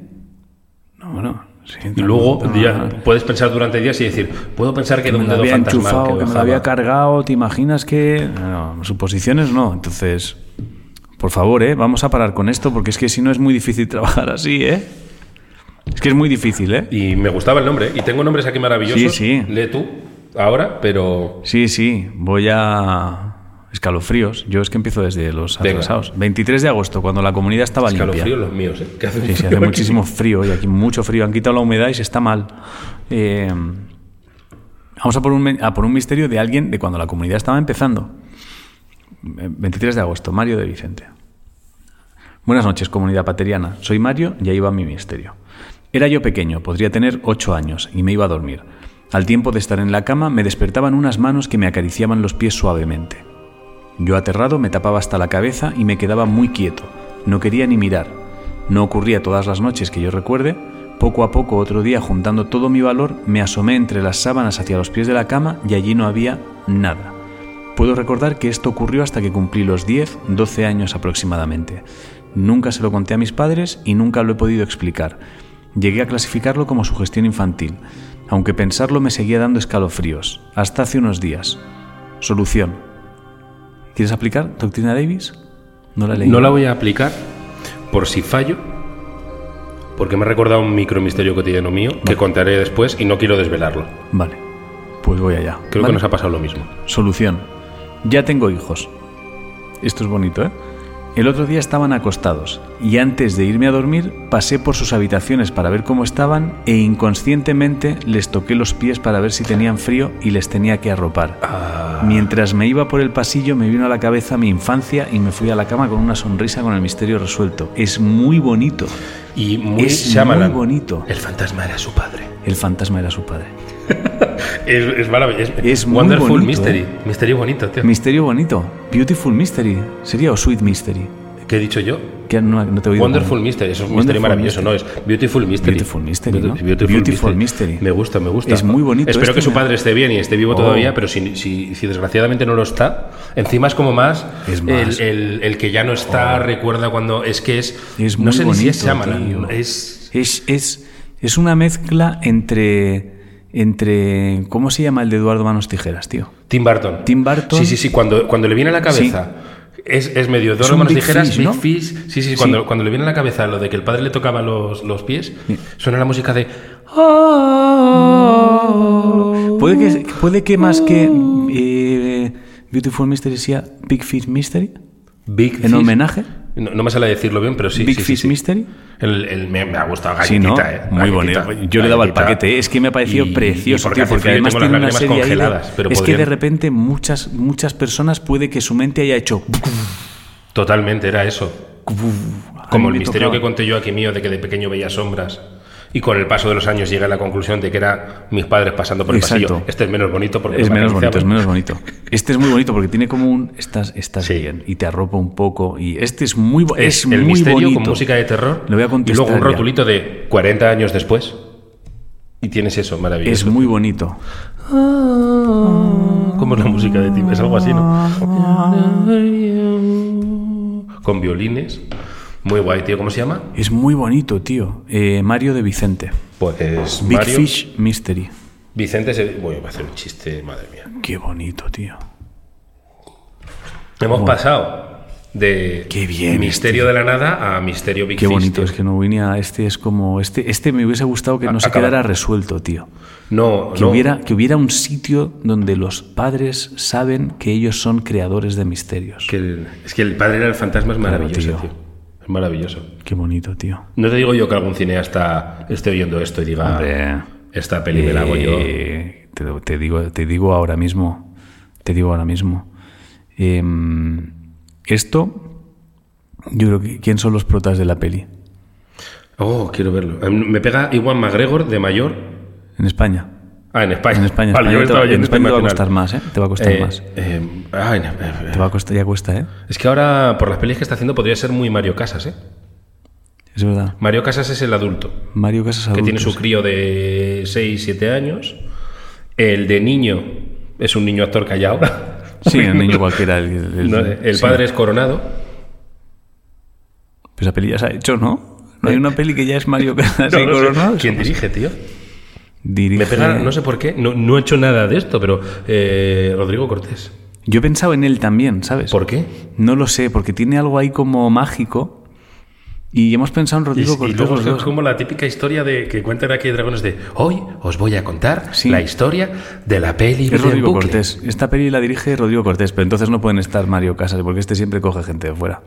S1: No, no. sí,
S2: Y luego
S1: no,
S2: ya
S1: no.
S2: puedes pensar durante días y decir, puedo pensar que era
S1: Ah. me
S2: un
S1: lo
S2: dedo
S1: había
S2: fantasmal
S1: enchufado, que me lo
S2: bajaba".
S1: había cargado, ¿te imaginas que...? No, no, suposiciones no, entonces... Por favor, ¿eh? Vamos a parar con esto porque es que si no es muy difícil *laughs* trabajar así, ¿eh? Es que es muy difícil, ¿eh?
S2: Y me gustaba el nombre. Y tengo nombres aquí maravillosos.
S1: Sí, sí.
S2: Lee tú ahora, pero.
S1: Sí, sí, voy a... Escalofríos. Yo es que empiezo desde los
S2: Venga.
S1: atrasados. 23 de agosto, cuando la comunidad estaba limpia.
S2: Escalofríos los míos, ¿eh? Que hace, un
S1: Sí, sí,
S2: frío
S1: hace
S2: aquí.
S1: muchísimo frío y aquí mucho frío. Han quitado la humedad y se está mal. Eh, vamos a por, un, men- a por un misterio de alguien de cuando la comunidad estaba empezando. Eh, 23 de agosto, Mario de Vicente. Buenas noches, comunidad pateriana. Soy Mario y ahí va mi misterio. Era yo pequeño, podría tener 8 años, y me iba a dormir. Al tiempo de estar en la cama me despertaban unas manos que me acariciaban los pies suavemente. Yo aterrado me tapaba hasta la cabeza y me quedaba muy quieto. No quería ni mirar. No ocurría todas las noches que yo recuerde. Poco a poco otro día, juntando todo mi valor, me asomé entre las sábanas hacia los pies de la cama y allí no había nada. Puedo recordar que esto ocurrió hasta que cumplí los 10, 12 años aproximadamente. Nunca se lo conté a mis padres y nunca lo he podido explicar. Llegué a clasificarlo como sugestión infantil, aunque pensarlo me seguía dando escalofríos, hasta hace unos días. Solución. ¿Quieres aplicar doctrina Davis? No la leí.
S2: No la voy a aplicar por si fallo, porque me ha recordado un micromisterio cotidiano mío que contaré después y no quiero desvelarlo.
S1: Vale. Pues voy allá.
S2: Creo
S1: Vale.
S2: que nos ha pasado lo mismo.
S1: Solución. Ya tengo hijos. Esto es bonito, ¿eh? El otro día estaban acostados y antes de irme a dormir pasé por sus habitaciones para ver cómo estaban e inconscientemente les toqué los pies para ver si tenían frío y les tenía que arropar. Mientras me iba por el pasillo me vino a la cabeza mi infancia y me fui a la cama con una sonrisa con el misterio resuelto. Es muy bonito.
S2: Y muy
S1: es
S2: Shyamalan.
S1: muy bonito.
S2: El fantasma era su padre.
S1: El fantasma era su padre.
S2: Es, es maravilloso.
S1: Es muy
S2: Wonderful
S1: bonito,
S2: Mystery.
S1: ¿eh?
S2: Misterio bonito, tío.
S1: Misterio bonito. Beautiful mystery. Sería o sweet mystery.
S2: ¿Qué he dicho yo?
S1: Que no, no te he oído
S2: Wonderful
S1: nada.
S2: Mystery, eso es un
S1: Wonderful
S2: misterio maravilloso,
S1: Mystery.
S2: ¿no? Es Beautiful Mystery.
S1: Beautiful Mystery,
S2: Beauti-
S1: ¿no? Beautiful Mystery.
S2: Me gusta, me gusta.
S1: Es muy bonito
S2: Espero
S1: este,
S2: que su
S1: ¿no?
S2: padre esté bien y esté vivo
S1: Oh.
S2: todavía, pero si, si, si desgraciadamente no lo está, encima es como más,
S1: Es más. Oh.
S2: El, el- el que ya no está, recuerda cuando es que es...
S1: Es
S2: no
S1: muy
S2: sé ni si es
S1: bonito,
S2: Shyamalan,
S1: tío.
S2: es...
S1: Es, es, es una mezcla entre, entre. ¿Cómo se llama el de Eduardo Manos Tijeras, tío?
S2: Tim Burton.
S1: Tim Burton.
S2: Sí, sí, sí, cuando, cuando le viene a la cabeza... Es, es medio
S1: Es
S2: dos
S1: un
S2: manos
S1: Big
S2: tijeras,
S1: Fish,
S2: Big
S1: ¿no?
S2: Fish. Sí, sí, cuando, cuando le viene a la cabeza lo de que el padre le tocaba los, los pies, suena la música de.
S1: Puede que, puede que más que eh, Beautiful Mystery sea Big Fish Mystery,
S2: Big
S1: en
S2: Fish.
S1: homenaje.
S2: No, no me sale decirlo bien, pero sí.
S1: Big
S2: sí, sí,
S1: Fish
S2: sí.
S1: Mystery.
S2: El, el- me, me ha gustado
S1: Sí,
S2: galletita,
S1: ¿no?
S2: eh.
S1: Muy
S2: Galletita,
S1: bonito. Yo le daba el
S2: galletita.
S1: paquete. ¿eh? Es que me ha parecido
S2: Y- y
S1: precioso,
S2: porque
S1: tío,
S2: hace
S1: porque
S2: frío y
S1: además
S2: tengo las
S1: tiene una
S2: lágrimas
S1: serie ahí de-
S2: congeladas, pero
S1: es que de
S2: podrían-
S1: repente muchas, muchas personas puede que su mente haya hecho...
S2: Totalmente, era eso.
S1: A mí
S2: Como el
S1: me
S2: misterio
S1: tocaba.
S2: que conté yo aquí mío de que de pequeño veía sombras. Y con el paso de los años llegué a la conclusión de que eran mis padres pasando por el
S1: Exacto.
S2: pasillo. Este es menos bonito porque
S1: Es
S2: me
S1: menos bonito,
S2: acariciaban.
S1: es menos bonito. Este es muy bonito porque tiene como un. Estás, estás
S2: Sí.
S1: bien y te arropa un poco. Y este es muy, bo- es
S2: Es el
S1: muy
S2: misterio
S1: bonito.
S2: con música de terror.
S1: Lo voy a
S2: y
S1: contestar
S2: luego un
S1: ya.
S2: rotulito de 40 años después. Y tienes eso,
S1: Es
S2: maravilloso.
S1: muy bonito.
S2: Como la música de Tim, es algo así, ¿no? Con violines. Muy guay, tío. ¿Cómo se llama?
S1: Es muy bonito, tío. Eh, Mario de Vicente.
S2: Pues
S1: Big
S2: Mario.
S1: Fish Mystery.
S2: Vicente se... Voy a hacer un chiste, madre mía.
S1: Qué bonito, tío.
S2: Hemos pasado de
S1: Qué bien,
S2: Misterio de la Nada a Misterio Big
S1: Qué
S2: Fish,
S1: bonito.
S2: tío.
S1: Es que no venía. Este es como. Este, este me hubiese gustado que no
S2: A-
S1: se
S2: acaba.
S1: quedara resuelto, tío.
S2: No,
S1: Que,
S2: no.
S1: hubiera, que hubiera un sitio donde los padres saben que ellos son creadores de misterios.
S2: Que el- Es que el padre era el fantasma, es maravilloso,
S1: tío.
S2: tío. Es maravilloso.
S1: Qué bonito, tío.
S2: No te digo yo que algún cineasta esté oyendo esto y diga,
S1: Hombre.
S2: esta peli me la hago yo.
S1: Eh, Te, lo- te digo, te digo ahora mismo. Te digo ahora mismo. Em, esto. Yo creo que. ¿Quién son los protas de la peli?
S2: Oh, quiero verlo. Eh, Me pega Iwan McGregor de mayor
S1: En España.
S2: Ah, en España. *laughs*
S1: En España.
S2: Vale, yo
S1: España te, va-
S2: estaba
S1: en
S2: oyendo
S1: España te va a
S2: internacional.
S1: costar más, ¿eh? Te va a costar
S2: Eh,
S1: más.
S2: eh, ay, no, eh,
S1: Te va a costar, ya cuesta, ¿eh?
S2: eh. es que ahora, por las pelis que está haciendo, podría ser muy Mario Casas, ¿eh?
S1: Es verdad.
S2: Mario Casas es el adulto,
S1: Mario Casas
S2: que
S1: Adultos.
S2: tiene su crío de 6, 7 años. El de niño es un niño actor callado.
S1: *laughs* Sí, el
S2: *laughs*
S1: niño cualquiera. El, el-
S2: No, el
S1: sí.
S2: padre es coronado.
S1: Pues esa peli ya se ha hecho, ¿no? No hay una peli que ya es
S2: *laughs*
S1: Mario Casas
S2: No
S1: y
S2: lo sé.
S1: Ah, Coronado.
S2: ¿Quién dirige, tío?
S1: Dirige-
S2: Me pega, no sé por qué, no, no he hecho nada de esto, pero eh, Rodrigo Cortés.
S1: Yo he pensado en él también, ¿sabes?
S2: ¿Por qué?
S1: No lo sé, porque tiene algo ahí como mágico. Y hemos pensado en
S2: Y,
S1: Rodrigo
S2: y
S1: Cortés.
S2: luego
S1: los
S2: es
S1: dos.
S2: como la típica historia de que cuentan aquí Dragones de hoy os voy a contar
S1: Sí.
S2: la historia de la peli
S1: Es
S2: de
S1: Rodrigo
S2: bucle".
S1: Cortés. Esta peli la dirige Rodrigo Cortés, pero entonces no pueden estar Mario Casas, porque este siempre coge gente de fuera.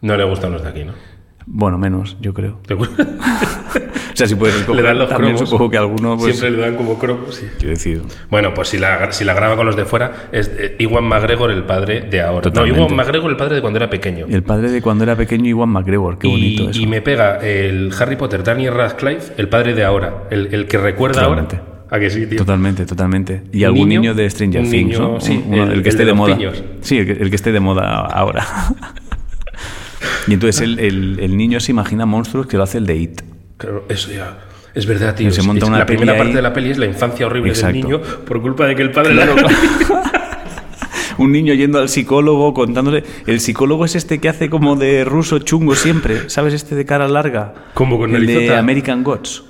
S2: No le gustan los de aquí, ¿no? *laughs*
S1: Bueno, menos, yo creo.
S2: ¿Te acuerdas?
S1: *laughs* O sea, si puedes
S2: le
S1: recoger
S2: dan los
S1: también
S2: cromos.
S1: supongo que alguno, pues,
S2: Siempre le dan como cromos. sí.
S1: quiero decir...
S2: Bueno, pues si la, si la graba con los de fuera, es eh, Iwan McGregor el padre de ahora.
S1: Totalmente.
S2: No, Iwan McGregor el padre de cuando era pequeño.
S1: El padre de cuando era pequeño, Iwan MacGregor, qué bonito
S2: y,
S1: eso.
S2: y me pega el Harry Potter, Daniel Radcliffe, el padre de ahora, el, el que recuerda
S1: Totalmente.
S2: ahora ¿A que sí, tío?
S1: Totalmente, totalmente. Y algún niño,
S2: niño?
S1: de Stranger
S2: Un
S1: Things,
S2: niño,
S1: ¿no?
S2: sí,
S1: Uno-
S2: el-
S1: el,
S2: el
S1: que
S2: de
S1: esté de,
S2: los
S1: moda.
S2: piños.
S1: Sí, el que, el que esté de moda ahora. *laughs* y entonces el, el- el niño se imagina monstruos que lo hace el de It.
S2: Claro, eso ya. Es verdad, tío.
S1: Se
S2: Es-
S1: monta
S2: es-
S1: una
S2: la
S1: peli ahí.
S2: primera parte de la peli es la infancia horrible
S1: Exacto.
S2: del niño por culpa de que el padre la
S1: Un niño yendo al psicólogo contándole. El psicólogo es este que hace como de ruso chungo siempre. ¿Sabes? Este de cara larga.
S2: Como con
S1: el de
S2: narizota.
S1: American Gods.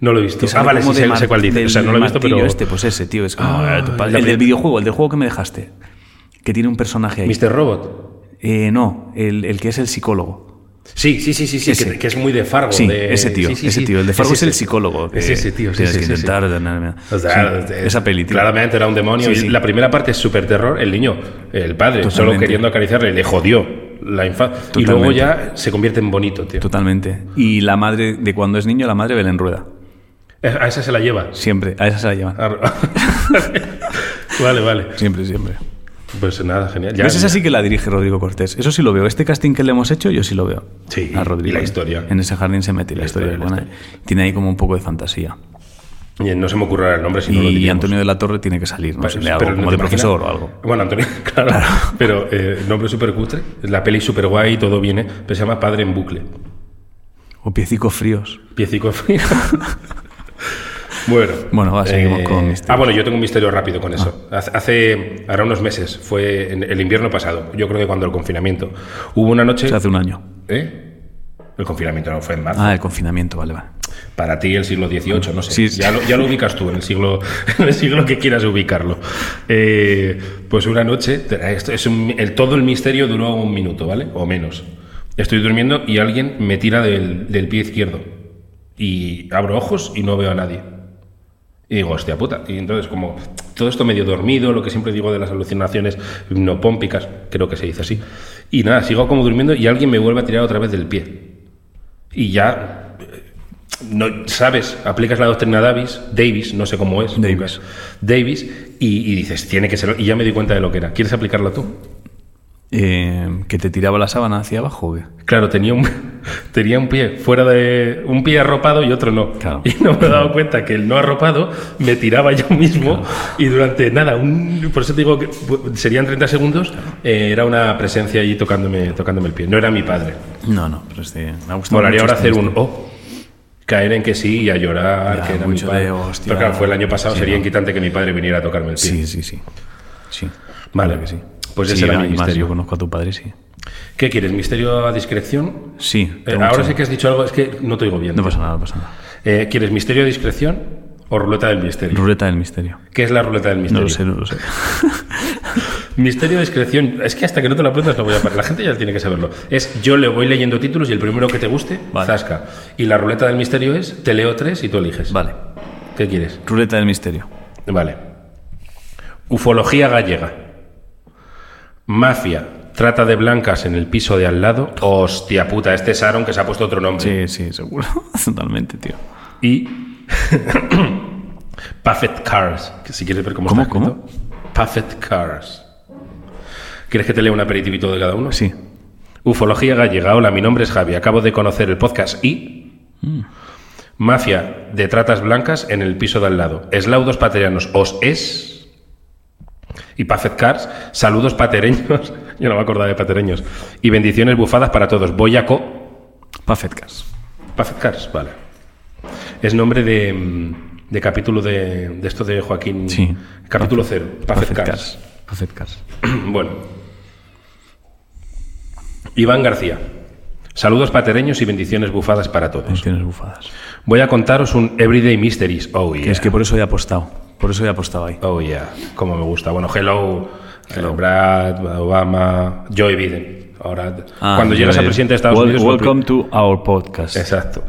S2: No lo he
S1: Que
S2: visto. Ah,
S1: sale
S2: vale,
S1: como
S2: sí,
S1: de
S2: sé,
S1: mar-
S2: sé cuál dice.
S1: del
S2: O sea, no lo he visto,
S1: martillo
S2: pero.
S1: este, pues ese, tío. Es como.
S2: Ah,
S1: eh, tu padre-
S2: la
S1: el
S2: prim-
S1: del videojuego, el del juego que me dejaste. Que tiene un personaje ahí.
S2: Mr. Robot.
S1: Eh, no, el, el que es el psicólogo.
S2: Sí, sí, sí, sí, sí
S1: Ese.
S2: que, que es muy de Fargo.
S1: Sí,
S2: de-
S1: ese tío,
S2: sí, sí,
S1: ese
S2: sí.
S1: tío. El de Fargo es, el
S2: ese.
S1: psicólogo. que
S2: Es ese tío, sí,
S1: Tienes
S2: sí,
S1: que
S2: sí, sí.
S1: intentar. na, na, na.
S2: O sea,
S1: Sí,
S2: eh,
S1: esa peli, tío.
S2: Claramente era un demonio.
S1: Sí,
S2: y
S1: sí.
S2: La primera parte es súper terror. El niño, el padre, solo
S1: Totalmente.
S2: queriendo acariciarle, le jodió la infancia. Y
S1: Totalmente.
S2: luego ya se convierte en bonito, tío.
S1: Totalmente. Y la madre, de cuando es niño, la madre Belén Rueda.
S2: Eh, A esa se la lleva.
S1: Siempre, a esa se la llevan.
S2: Ar- *laughs* vale, vale.
S1: Siempre, siempre.
S2: Pues nada, genial. Ya-
S1: ¿Ves? Esa sí que la dirige Rodrigo Cortés. Eso sí lo veo. Este casting que le hemos hecho, yo sí lo veo.
S2: Sí,
S1: A Rodrigo.
S2: y la historia.
S1: En ese jardín se mete y la,
S2: La
S1: historia,
S2: historia,
S1: es
S2: la
S1: buena. Tiene ahí como un poco de fantasía.
S2: Y no se me ocurrirá el nombre si no lo
S1: y
S2: diríamos.
S1: Antonio de la Torre tiene que salir, no
S2: Pero-
S1: sé, de
S2: pero
S1: algo,
S2: ¿no
S1: como
S2: te
S1: de
S2: imaginas?
S1: profesor o algo.
S2: Bueno, Antonio, *laughs* claro. Pero eh, nombre súper cutre. La peli súper guay, todo viene. Pero se llama Padre en Bucle.
S1: O piecicos fríos.
S2: Piecico frío. *laughs* bueno.
S1: Bueno, va, seguimos con Ah. misterios.
S2: Ah, bueno, yo tengo un misterio rápido con eso. Hace- Hace, ahora unos meses, fue en el invierno pasado, yo creo que cuando el confinamiento, hubo una noche...
S1: O sea, hace un año.
S2: ¿Eh? El confinamiento no fue en marzo.
S1: Ah, el confinamiento, vale, vale.
S2: Para ti el siglo XVIII, no sé.
S1: Sí.
S2: Ya, lo, ya lo ubicas tú en el siglo, *laughs* en el siglo que quieras ubicarlo. Eh, pues una noche, esto es un- el, todo el misterio duró un minuto, ¿vale? O menos. Estoy durmiendo y alguien me tira del, del pie izquierdo. Y abro ojos y no veo a nadie. Y digo, hostia puta. Y entonces, como todo esto medio dormido, lo que siempre digo de las alucinaciones hipnopómpicas, creo que se dice así. Y nada, sigo como durmiendo y alguien me vuelve a tirar otra vez del pie. Y ya eh, no sabes, aplicas la doctrina Davis, Davis, no sé cómo es,
S1: Davis.
S2: nunca. Davis y, y dices, tiene que ser, y ya me di cuenta de lo que era. ¿Quieres aplicarla tú?
S1: Eh, ¿Que te tiraba la sábana hacia abajo o qué?
S2: Claro, tenía un, *laughs* tenía un pie fuera de. un pie arropado y otro no.
S1: Claro.
S2: Y no me he dado cuenta que el no arropado me tiraba yo mismo y durante nada, un, por eso te digo que fu- serían 30 segundos, eh, era una presencia allí tocándome, tocándome el pie. No era mi padre.
S1: No, no, pero este, me ha gustado
S2: Molaría
S1: mucho
S2: ahora
S1: este
S2: hacer un
S1: misterio.
S2: oh. Caer en que sí y a llorar,
S1: Ya,
S2: que era mi
S1: mucho
S2: padre.
S1: de, hostia.
S2: Pero claro, fue el año pasado,
S1: Sí,
S2: sería
S1: no.
S2: inquietante que mi padre viniera a tocarme el pie.
S1: Sí, sí, sí. Sí.
S2: Vale.
S1: Claro que sí.
S2: Pues
S1: Sí,
S2: ese era
S1: no,
S2: mi
S1: y más,
S2: misterio.
S1: Yo conozco a tu padre, sí.
S2: ¿Qué quieres? ¿Misterio a discreción?
S1: Sí.
S2: Eh,
S1: tengo
S2: ahora
S1: mucho-
S2: sí que has dicho algo, es que no te oigo bien.
S1: No pues-
S2: tío.
S1: pasa nada, no pasa nada.
S2: Eh, ¿Quieres misterio a discreción o ruleta del misterio?
S1: Ruleta del misterio.
S2: ¿Qué es la ruleta del
S1: No
S2: misterio?
S1: lo sé, no lo sé.
S2: Misterio a discreción. Es que hasta que no te lo aprendas no voy a parar. La gente ya tiene que saberlo. Es yo le voy leyendo títulos y el primero que te guste,
S1: Vale.
S2: zasca. Y la ruleta del misterio es te leo tres y tú
S1: *laughs*
S2: eliges.
S1: Vale.
S2: ¿Qué quieres?
S1: Ruleta del misterio.
S2: Vale. Ufología gallega. Mafia. Trata de blancas en el piso de al lado. Hostia puta, este es Aaron que se ha puesto otro
S1: Sí,
S2: nombre.
S1: sí, seguro. *laughs* Totalmente, tío.
S2: Y. *coughs* Puffet Cars. Que si quieres ver cómo,
S1: ¿Cómo,
S2: está escrito. Puffet Cars. ¿Quieres que te lea un aperitivito de cada uno?
S1: Pues Sí.
S2: Ufología gallega. Hola, mi nombre es Javi. Acabo de conocer el podcast y. Mafia de tratas blancas en el piso de al lado. Eslaudos paterianos. Os es. Y Pacet Cars. Saludos patereños. *laughs* Yo no me acordaba de patereños. Y bendiciones bufadas para todos. Boyaco.
S1: Pafetcas.
S2: Pacet Cars. Vale. Es nombre de. mm, de capítulo de, de esto de Joaquín.
S1: Sí.
S2: Capítulo cero. Pacet Cars.
S1: Pafetcas. Pafetcas.
S2: *clears throat* Bueno. Iván García. Saludos patereños y bendiciones bufadas para todos.
S1: Menciones bufadas.
S2: Voy a contaros un Everyday Mysteries. Oh, yeah.
S1: Es que por eso he apostado. Por eso he apostado ahí.
S2: Oh, yeah. Como me gusta. Bueno, hello. hello. Brad, Obama, Joe Biden. Ahora,
S1: Ah,
S2: cuando llegas a
S1: eh,
S2: presidente de Estados
S1: wel-
S2: Unidos... lo pri-
S1: Welcome to our podcast.
S2: Exacto.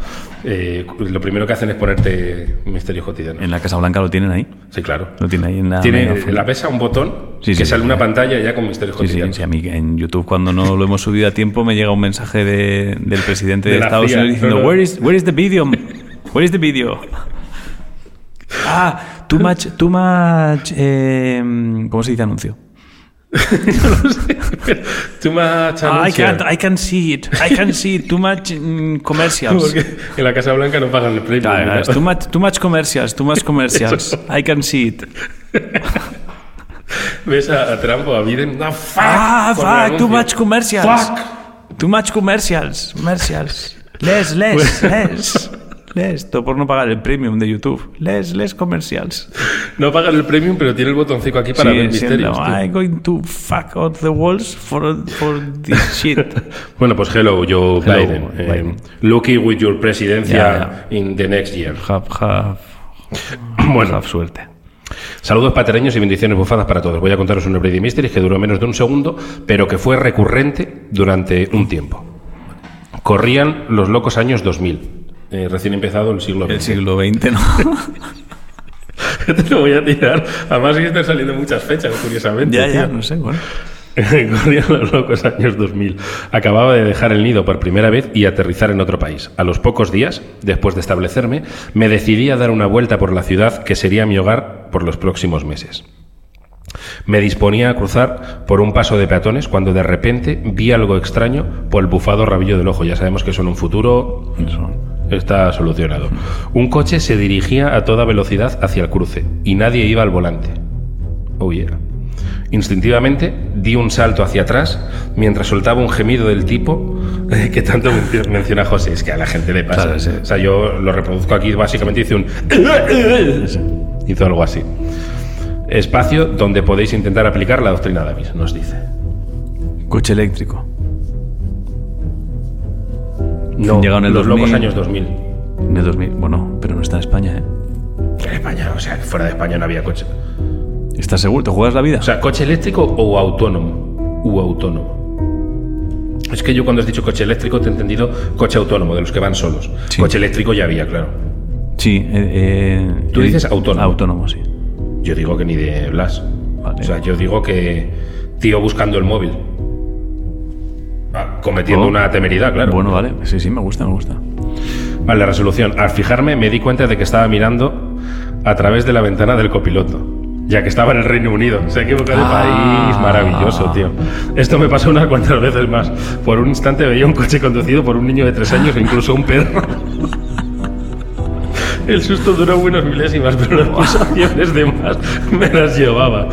S2: Eh, lo primero que hacen es ponerte misterios cotidianos.
S1: En la Casa Blanca lo tienen ahí.
S2: Sí, claro.
S1: Lo tienen ahí en la.
S2: Tiene
S1: megafon-
S2: en la mesa un botón
S1: Sí,
S2: que
S1: sí,
S2: sale
S1: sí.
S2: una pantalla ya con misterios
S1: Sí, sí,
S2: cotidianos.
S1: sí,
S2: *laughs*
S1: a mí en YouTube cuando no lo hemos subido a tiempo me llega un mensaje de- del presidente de,
S2: De la
S1: Estados
S2: CIA,
S1: Unidos diciendo
S2: no, no.
S1: Where, is, where is the video? Where is the video? Ah, em, too much, too much, eh, ¿cómo se dice anuncio?
S2: Too much
S1: Ah, I can't,
S2: anuncio.
S1: I can see it. I can see it. Too much mm, commercials.
S2: *laughs* Porque en la Casa Blanca no pagan el premio.
S1: Claro,
S2: ¿no?
S1: claro, es too much, too much commercials,
S2: *laughs*
S1: too much commercials. I can see it.
S2: Ves a, a Trump o a Biden. ¡Ah, fuck!
S1: Ah, fuck,
S2: Por el
S1: too
S2: anuncio.
S1: much commercials.
S2: Fuck.
S1: Too much commercials, commercials. Less, less, *laughs* less. Less. Todo por no pagar el premium de YouTube. Less, less commercials.
S2: No pagan el premium, pero tiene el botoncito aquí para
S1: Sigue
S2: ver misterios.
S1: siendo,
S2: tío.
S1: I'm going to fuck out the walls for, for *laughs* this shit.
S2: Bueno, pues hello, Joe Biden. Eh,
S1: Biden.
S2: lucky with your
S1: Ya,
S2: presidencia in the next year. *clears throat*
S1: Have, have,
S2: Bueno,
S1: have suerte.
S2: saludos patereños y bendiciones bufadas para todos. Voy a contaros un Brady Mystery que duró menos de un segundo, pero que fue recurrente durante un tiempo. Corrían los locos años 2000. eh, recién empezado el siglo
S1: El
S2: XX.
S1: siglo XX, *laughs* ¿no?
S2: Te lo voy a tirar. Además, que están saliendo muchas fechas, curiosamente.
S1: ya, ya,
S2: tío. *laughs*
S1: no sé, bueno.
S2: Corrían los locos años 2000. Acababa de dejar el nido por primera vez y aterrizar en otro país. A los pocos días, después de establecerme, me decidí a dar una vuelta por la ciudad que sería mi hogar por los próximos meses. Me disponía a cruzar por un paso de peatones cuando de repente vi algo extraño por el bufado rabillo del ojo. Ya sabemos que eso en un futuro
S1: Eso.
S2: Está solucionado. Un coche se dirigía a toda velocidad hacia el cruce y nadie iba al volante. Oh yeah. Instintivamente di un salto hacia atrás mientras soltaba un gemido del tipo eh, que tanto men- menciona José. Es que a la gente le pasa.
S1: Claro, sí.
S2: O sea, yo lo reproduzco aquí. Básicamente hice un. *laughs* Hizo algo así. Espacio donde podéis intentar aplicar la doctrina Davis, nos dice.
S1: Coche eléctrico.
S2: No,
S1: Llegado en el
S2: los locos
S1: 2000.
S2: años 2000.
S1: En el 2000. Bueno, pero no está en España, ¿eh?
S2: En España, o sea, fuera de España no había coche.
S1: ¿Estás seguro? ¿Te juegas la vida?
S2: O sea, coche eléctrico o autónomo. U autónomo. Es que yo cuando has dicho coche eléctrico te he entendido coche autónomo, de los que van solos.
S1: Sí.
S2: Coche eléctrico ya había, claro.
S1: sí. eh, eh,
S2: Tú
S1: eh,
S2: dices autónomo.
S1: Autónomo, sí.
S2: Yo digo que ni de Blas.
S1: Vale.
S2: O sea, yo digo que tío buscando el móvil. Ah, Cometiendo
S1: Oh.
S2: una temeridad, claro.
S1: Bueno, vale. Sí, sí, me gusta, me gusta.
S2: Vale, la resolución. Al fijarme me di cuenta de que estaba mirando a través de la ventana del copiloto. Ya que estaba en el Reino Unido. Se ha equivocado de
S1: Ah.
S2: país. Maravilloso, tío. Esto me pasó unas cuantas veces más. Por un instante veía un coche conducido por un niño de tres años o incluso un perro. El susto duró buenos milésimas, pero las
S1: *laughs*
S2: pulsaciones de más me las llevaba.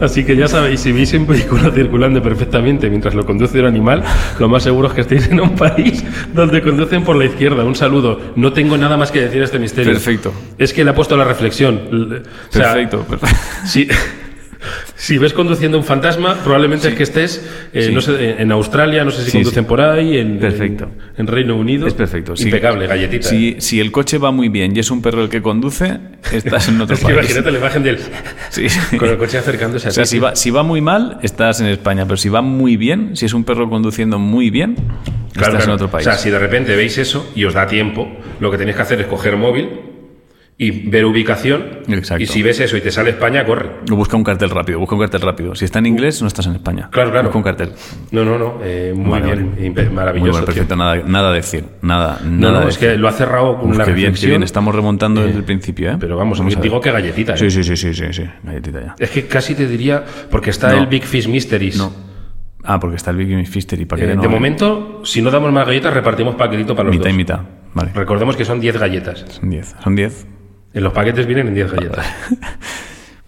S2: Así que ya sabéis, si veis un vehículo *laughs* circulando perfectamente mientras lo conduce un animal, lo más seguro es que estéis en un país donde conducen por la izquierda. Un saludo. No tengo nada más que decir a este misterio.
S1: Perfecto.
S2: Es que le ha puesto la reflexión. L- o sea, *laughs*
S1: Perfecto, perfecto.
S2: si, si ves conduciendo un fantasma, probablemente es que estés eh,
S1: Sí.
S2: no sé, en Australia, no sé si
S1: Sí,
S2: conducen
S1: sí.
S2: por ahí, en,
S1: Perfecto.
S2: en, en Reino Unido.
S1: Es perfecto. sí.
S2: Impecable, *laughs* galletita. ¿eh?
S1: Si, si el coche va muy bien y es un perro el que conduce, estás en otro
S2: *laughs* Es que
S1: país.
S2: imagínate la imagen de él
S1: Sí.
S2: con el coche acercándose
S1: *laughs*
S2: a
S1: O sea,
S2: ti.
S1: si va, si va muy mal, estás en España, pero si va muy bien, si es un perro conduciendo muy bien,
S2: Claro,
S1: estás en
S2: claro.
S1: otro país.
S2: O sea, si de repente veis eso y os da tiempo, lo que tenéis que hacer es coger móvil y ver ubicación.
S1: Exacto.
S2: Y si ves eso y te sale España, corre.
S1: O Busca un cartel rápido, busca un cartel rápido. Si está en inglés, no estás en España.
S2: Claro, claro.
S1: Busca un cartel.
S2: No, no, no. eh, muy
S1: Vale,
S2: bien.
S1: vale.
S2: impe-
S1: Muy
S2: Maravilloso.
S1: bueno,
S2: tío.
S1: perfecto, nada, nada decir. Nada,
S2: No,
S1: nada
S2: no, es
S1: decir.
S2: que lo ha cerrado con
S1: Uf,
S2: una
S1: qué bien, qué
S2: reflexión.
S1: bien. Estamos remontando desde el principio, ¿eh?
S2: Pero vamos,
S1: Vamos a ver.
S2: digo que galletita. ¿eh?
S1: Sí, sí, sí, sí, sí, sí. Galletita ya.
S2: Es que casi te diría, porque está
S1: No.
S2: el Big Fish Mysteries.
S1: No. Ah, porque está el Big Fister y para
S2: Eh,
S1: que ya no
S2: de
S1: hay.
S2: momento, si no damos más galletas, repartimos paquetito para los
S1: Mitad y
S2: dos.
S1: mitad. Vale.
S2: Recordemos que son 10 galletas.
S1: Son 10. Son 10.
S2: En los paquetes vienen en
S1: *laughs*
S2: 10 galletas.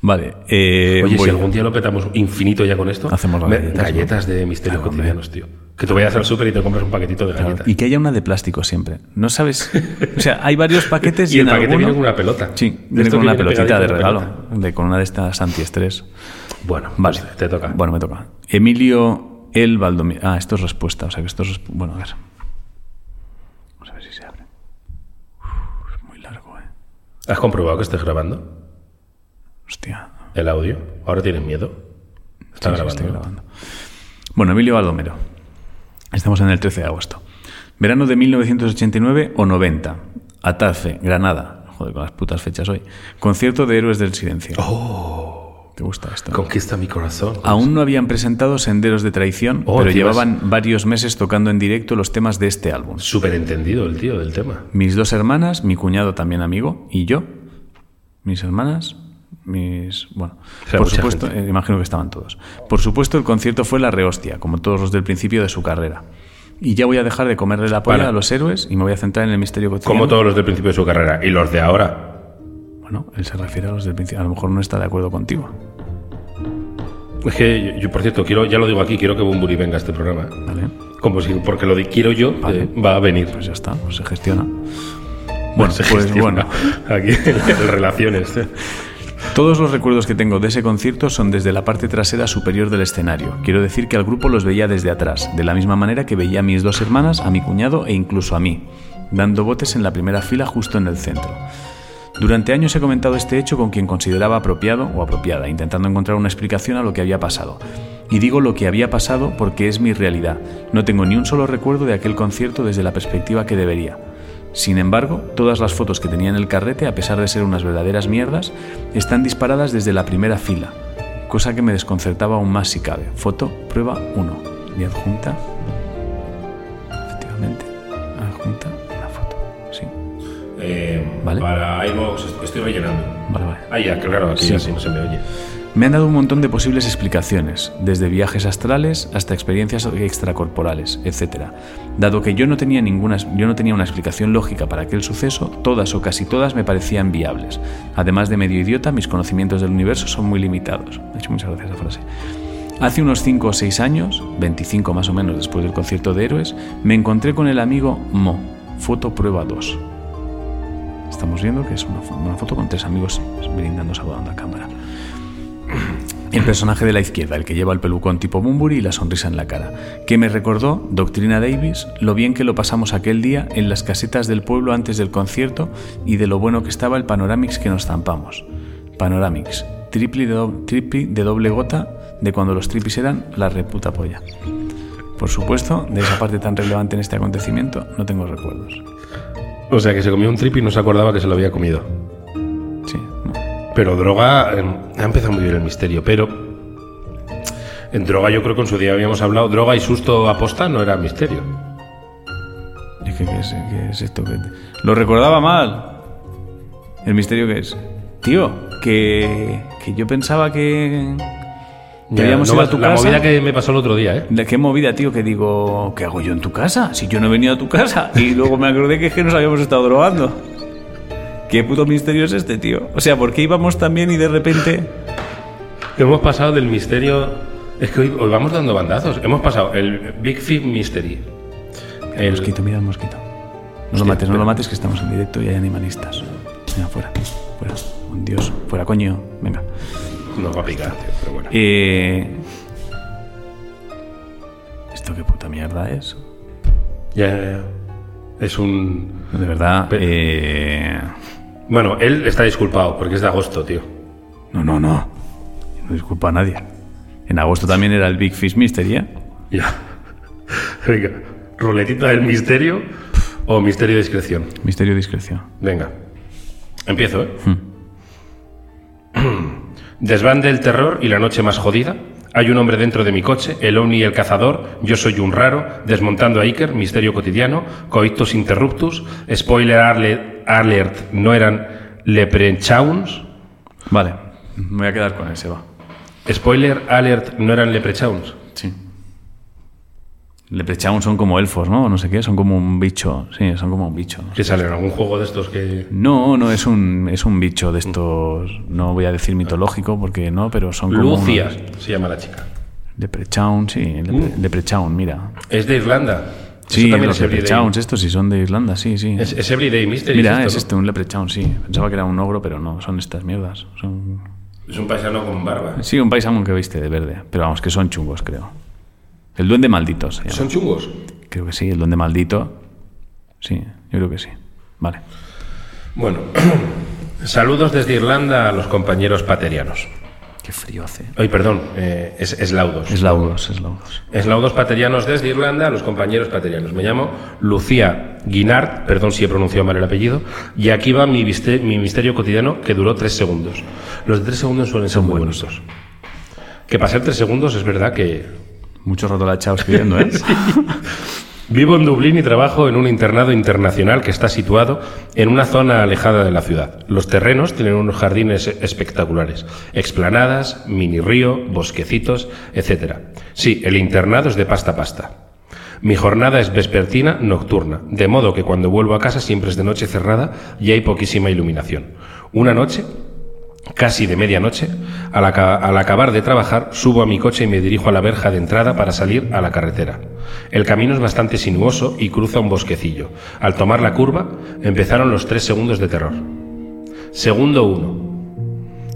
S1: Vale. eh,
S2: Oye,
S1: voy.
S2: si algún día lo petamos infinito ya con esto,
S1: Hacemos las
S2: me-
S1: galletas,
S2: galletas,
S1: ¿no?
S2: de misterios
S1: Claro, hombre.
S2: cotidianos, tío. Que tú vayas al súper y te compras un paquetito de galletas.
S1: Y que haya una de plástico siempre. No sabes. O sea, hay
S2: *laughs*
S1: varios paquetes y,
S2: Y el
S1: en
S2: paquete
S1: alguno-
S2: viene con una pelota.
S1: Sí,
S2: De
S1: viene
S2: esto
S1: con
S2: que
S1: una
S2: viene
S1: pelotita de
S2: pegadito a la
S1: regalo.
S2: pelota.
S1: De, con una de estas antiestrés.
S2: Bueno,
S1: Vale.
S2: pues te toca.
S1: Bueno, me toca. Emilio El Valdomir. Ah, esto es respuesta. O sea, que esto es. resp- Bueno, a ver. Vamos a ver si se abre. Uf, es muy largo, eh.
S2: ¿Has comprobado que estés grabando
S1: Hostia.
S2: el audio? ¿Ahora tienes miedo? Está
S1: Sí, sí,
S2: grabando.
S1: estoy grabando. Bueno, Emilio Baldomero. Estamos en el 13 de agosto. Verano de 1989 o 90. Atafe, Granada. Joder, con las putas fechas hoy. Concierto de Héroes del Silencio.
S2: Oh.
S1: ¿Te gusta esto?
S2: Conquista mi corazón.
S1: Aún no habían presentado Senderos de Traición,
S2: Oh,
S1: pero
S2: te ibas-
S1: llevaban varios meses tocando en directo los temas de este álbum.
S2: Súper entendido el tío del tema.
S1: Mis dos hermanas, mi cuñado también amigo, y yo. Mis hermanas, mis bueno,
S2: Era
S1: por
S2: mucha
S1: supuesto, eh, imagino que estaban todos. Por supuesto, el concierto fue la rehostia, como todos los del principio de su carrera. Y ya voy a dejar de comerle la polla
S2: Para.
S1: a los héroes y me voy a centrar en el misterio cotidiano.
S2: Como todos los del principio de su carrera y los de ahora.
S1: Bueno, él se refiere a los del principio. A lo mejor no está de acuerdo contigo.
S2: Es que yo, yo, por cierto, quiero, ya lo digo aquí, quiero que Bumburi venga a este programa.
S1: Vale,
S2: Como si, porque lo de quiero yo,
S1: Vale.
S2: eh, va a venir.
S1: pues ya está, pues se gestiona. Bueno,
S2: *laughs* Se
S1: pues
S2: gestiona
S1: bueno.
S2: Aquí, en relaciones.
S1: Todos los recuerdos que tengo de ese concierto son desde la parte trasera superior del escenario. Quiero decir que al grupo los veía desde atrás, de la misma manera que veía a mis dos hermanas, a mi cuñado e incluso a mí, dando botes en la primera fila justo en el centro. Durante años he comentado este hecho con quien consideraba apropiado o apropiada, intentando encontrar una explicación a lo que había pasado. Y digo lo que había pasado porque es mi realidad. No tengo ni un solo recuerdo de aquel concierto desde la perspectiva que debería. Sin embargo, todas las fotos que tenía en el carrete, a pesar de ser unas verdaderas mierdas, están disparadas desde la primera fila, cosa que me desconcertaba aún más si cabe. Foto, prueba 1. Y adjunta. Efectivamente, adjunta una foto. Sí, Vale.
S2: Eh, Para iVoox estoy rellenando.
S1: vale, vale.
S2: Ah, ya, claro, aquí
S1: Sí.
S2: así no se me oye.
S1: Me han dado un montón de posibles explicaciones, desde viajes astrales hasta experiencias extracorporales, etc. Dado que yo no tenía ninguna, yo no tenía una explicación lógica para aquel suceso, todas o casi todas me parecían viables. Además de medio idiota, mis conocimientos del universo son muy limitados. De hecho, muchas gracias a esa frase. Hace unos 5 o 6 años, 25 más o menos después del concierto de Héroes, me encontré con el amigo Mo, foto prueba 2. Estamos viendo que es una, fo- una foto con tres amigos brindando saludando a cámara. El personaje de la izquierda, el que lleva el pelucón tipo Bumburi y la sonrisa en la cara, que me recordó, Doctrina Davis, lo bien que lo pasamos aquel día en las casetas del pueblo antes del concierto y de lo bueno que estaba el Panoramix que nos zampamos. Panoramix, triple de, doble, de doble gota de cuando los tripis eran la reputa polla. Por supuesto, de esa parte tan relevante en este acontecimiento no tengo recuerdos.
S2: O sea, que se comió un trip y no se acordaba que se lo había comido.
S1: Sí, no.
S2: Pero droga, eh, ha empezado muy bien el misterio, pero en droga yo creo que en su día habíamos hablado, droga y susto aposta no era misterio.
S1: Es que, ¿qué es, qué es esto? que te- Lo recordaba mal. El misterio que es. Tío, que, que yo pensaba que... que
S2: Ya,
S1: habíamos
S2: no
S1: ido a
S2: vas-
S1: tu
S2: la
S1: casa.
S2: movida que me pasó el otro día, ¿eh?
S1: ¿De qué movida, tío? Que digo, ¿qué hago yo en tu casa? Si yo no he venido a tu casa. Y luego me acordé que es que nos habíamos estado drogando. ¿Qué puto misterio es este, tío? O sea, ¿por qué íbamos tan bien y de repente...
S2: Hemos pasado del misterio. Es que hoy, hoy vamos dando bandazos. Hemos pasado el Big Fit Mystery.
S1: El
S2: El,
S1: mosquito, mira el mosquito. No lo
S2: Hostia,
S1: mates, no lo
S2: espera.
S1: mates, que estamos en directo y hay animalistas. Venga, fuera, fuera. Un dios, fuera, coño. Venga.
S2: nos va a picar, tío, pero bueno.
S1: Eh... ¿Esto qué puta mierda es?
S2: Ya, ya, ya. Es un.
S1: De verdad.
S2: Pero-
S1: eh,
S2: Bueno, él está disculpado porque es de agosto, tío.
S1: No, no, no. No disculpa a nadie. En agosto también era el Big Fish Mystery, ¿eh?
S2: Ya. *laughs* Venga, ruletita del misterio o misterio de discreción.
S1: Misterio discreción.
S2: Venga. Empiezo, ¿eh? *clears throat* Desván del terror y la noche más jodida. Hay un hombre dentro de mi coche, el Oni y el cazador, yo soy un raro, desmontando a Iker, misterio cotidiano, coitus interruptus, spoiler arle- alert, no eran leprechauns,
S1: Vale, me voy a quedar con ese, va.
S2: spoiler alert, no eran leprechauns.
S1: Sí. Leprechaun son como elfos, ¿no? No sé qué, son como un bicho. Sí, son como un bicho.
S2: Que salen en algún juego de estos que...
S1: No, no, es un, es un bicho de estos. No voy a decir mitológico porque no, pero son como. unos-
S2: Lucia se llama la chica.
S1: Leprechaun, sí, lepre- Leprechaun, mira.
S2: Es de Irlanda.
S1: Sí,
S2: Eso también
S1: los
S2: es Everyday-
S1: leprechauns, estos sí son de Irlanda, sí, sí.
S2: Es, es Everyday Mystery.
S1: Mira,
S2: esto,
S1: es
S2: ¿no?
S1: este, un leprechaun, sí. Pensaba que era un ogro, pero no, son estas mierdas. Son... este.
S2: Es un paisano con barba.
S1: Sí, un paisano que viste de verde, pero vamos, que son chungos, creo. El duende maldito se llama.
S2: Son chungos.
S1: Creo que sí, el duende maldito. Sí, yo creo que sí. Vale.
S2: Bueno, *clears throat* saludos desde Irlanda a los compañeros paterianos.
S1: Qué frío hace.
S2: Ay, perdón, eh, es, es laudos.
S1: Es laudos, es laudos.
S2: Eslaudos paterianos desde Irlanda a los compañeros paterianos. Me llamo Lucía Guinard, perdón si he pronunciado mal el apellido, y aquí va mi, viste- mi misterio cotidiano que duró tres segundos. Los de tres segundos suelen ser muy buenos. Que pasar tres segundos es verdad que... *laughs*
S1: Mucho rato la he echado escribiendo, ¿eh?
S2: Vivo en Dublín y trabajo en un internado internacional que está situado en una zona alejada de la ciudad. Los terrenos tienen unos jardines espectaculares, explanadas, mini río, bosquecitos, etc. Sí, el internado es de pasta a pasta. Mi jornada es vespertina, nocturna, de modo que cuando vuelvo a casa siempre es de noche cerrada y hay poquísima iluminación. Una noche, casi de medianoche, al, aca- al acabar de trabajar, subo a mi coche y me dirijo a la verja de entrada para salir a la carretera. El camino es bastante sinuoso y cruza un bosquecillo. Al tomar la curva, empezaron los tres segundos de terror. Segundo uno.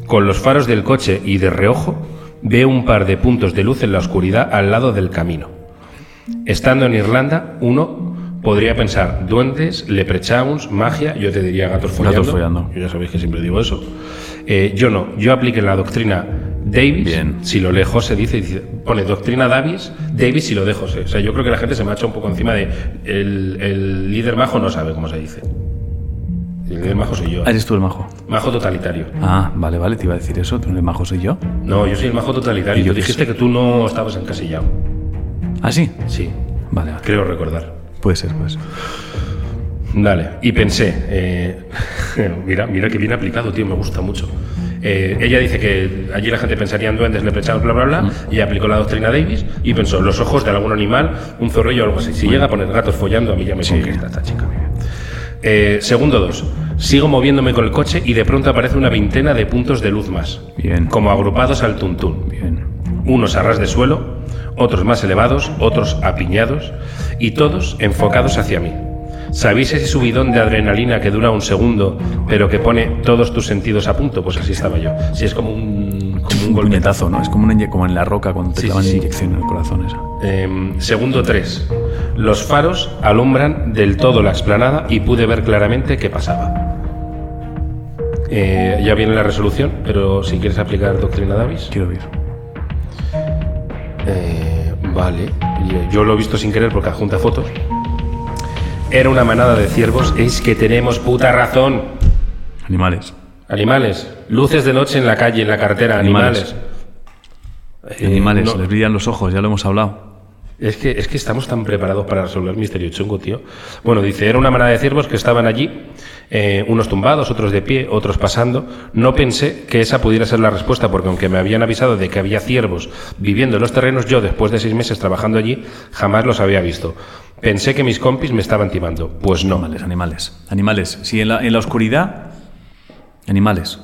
S2: Con los faros del coche y de reojo, veo un par de puntos de luz en la oscuridad al lado del camino. Estando en Irlanda, uno podría pensar duendes, leprechauns, magia, yo te diría gatos follando.
S1: Gatos follando.
S2: Yo ya sabéis que siempre digo eso. Eh, yo no, yo apliqué la doctrina Davis,
S1: Bien.
S2: si lo lee José, dice, dice- pone doctrina Davis, Davis si lo lee José. O sea, yo creo que la gente se me ha hecho un poco encima de el, el líder majo no sabe cómo se dice. El líder majo soy yo.
S1: Ah, eres tú el majo.
S2: Majo totalitario.
S1: Ah, vale, vale, te iba a decir eso. ¿Tú el majo soy yo?
S2: No, yo soy el majo totalitario.
S1: Y yo
S2: Tú
S1: qué
S2: dijiste que tú no estabas encasillado.
S1: Ah, sí.
S2: Sí,
S1: Vale, vale.
S2: creo recordar.
S1: Puede ser, puede ser.
S2: Dale, y pensé, eh, *laughs* mira, mira que bien aplicado, tío, me gusta mucho. Eh, ella dice que allí la gente pensaría en duendes, leprechauns, bla, bla, bla, y aplicó la doctrina Davis y pensó los ojos de algún animal, un zorrillo o algo así. Si llega a poner gatos follando, a mí ya me conquista esta chica. Eh, segundo dos, sigo moviéndome con el coche y de pronto aparece una veintena de puntos de luz más,
S1: Bien.
S2: como agrupados al tuntún
S1: Bien.
S2: unos a ras de suelo, otros más elevados, otros apiñados, y todos enfocados hacia mí. ¿Sabéis ese subidón de adrenalina que dura un segundo, pero que pone todos tus sentidos a punto? Pues así estaba yo. Si es como un, como un
S1: Un
S2: golpe.
S1: puñetazo, ¿no? Es como, una inye- como en la roca cuando te
S2: Sí,
S1: clavan
S2: sí, sí.
S1: inyección en el corazón esa.
S2: Em, segundo 3. Los faros alumbran del todo la explanada y pude ver claramente qué pasaba. Eh, ya viene la resolución, pero si quieres aplicar doctrina Davis.
S1: Quiero oír.
S2: Eh, vale, eh, Yo- yo lo he visto sin querer porque adjunta fotos. Era una manada de ciervos, es que tenemos puta razón.
S1: Animales.
S2: Animales, luces de noche en la calle, en la carretera, animales. Eh,
S1: Animales,
S2: no,
S1: les brillan los ojos, ya lo hemos hablado.
S2: es, que, es que estamos tan preparados para resolver el misterio chungo, tío. Bueno, dice, era una manada de ciervos que estaban allí, eh, unos tumbados, otros de pie, otros pasando. No pensé que esa pudiera ser la respuesta, porque aunque me habían avisado de que había ciervos viviendo en los terrenos, yo después de seis meses trabajando allí, jamás los había visto. Pensé que mis compis me estaban timando. Pues no.
S1: Animales, animales. Animales. Sí, en la, en la oscuridad, animales.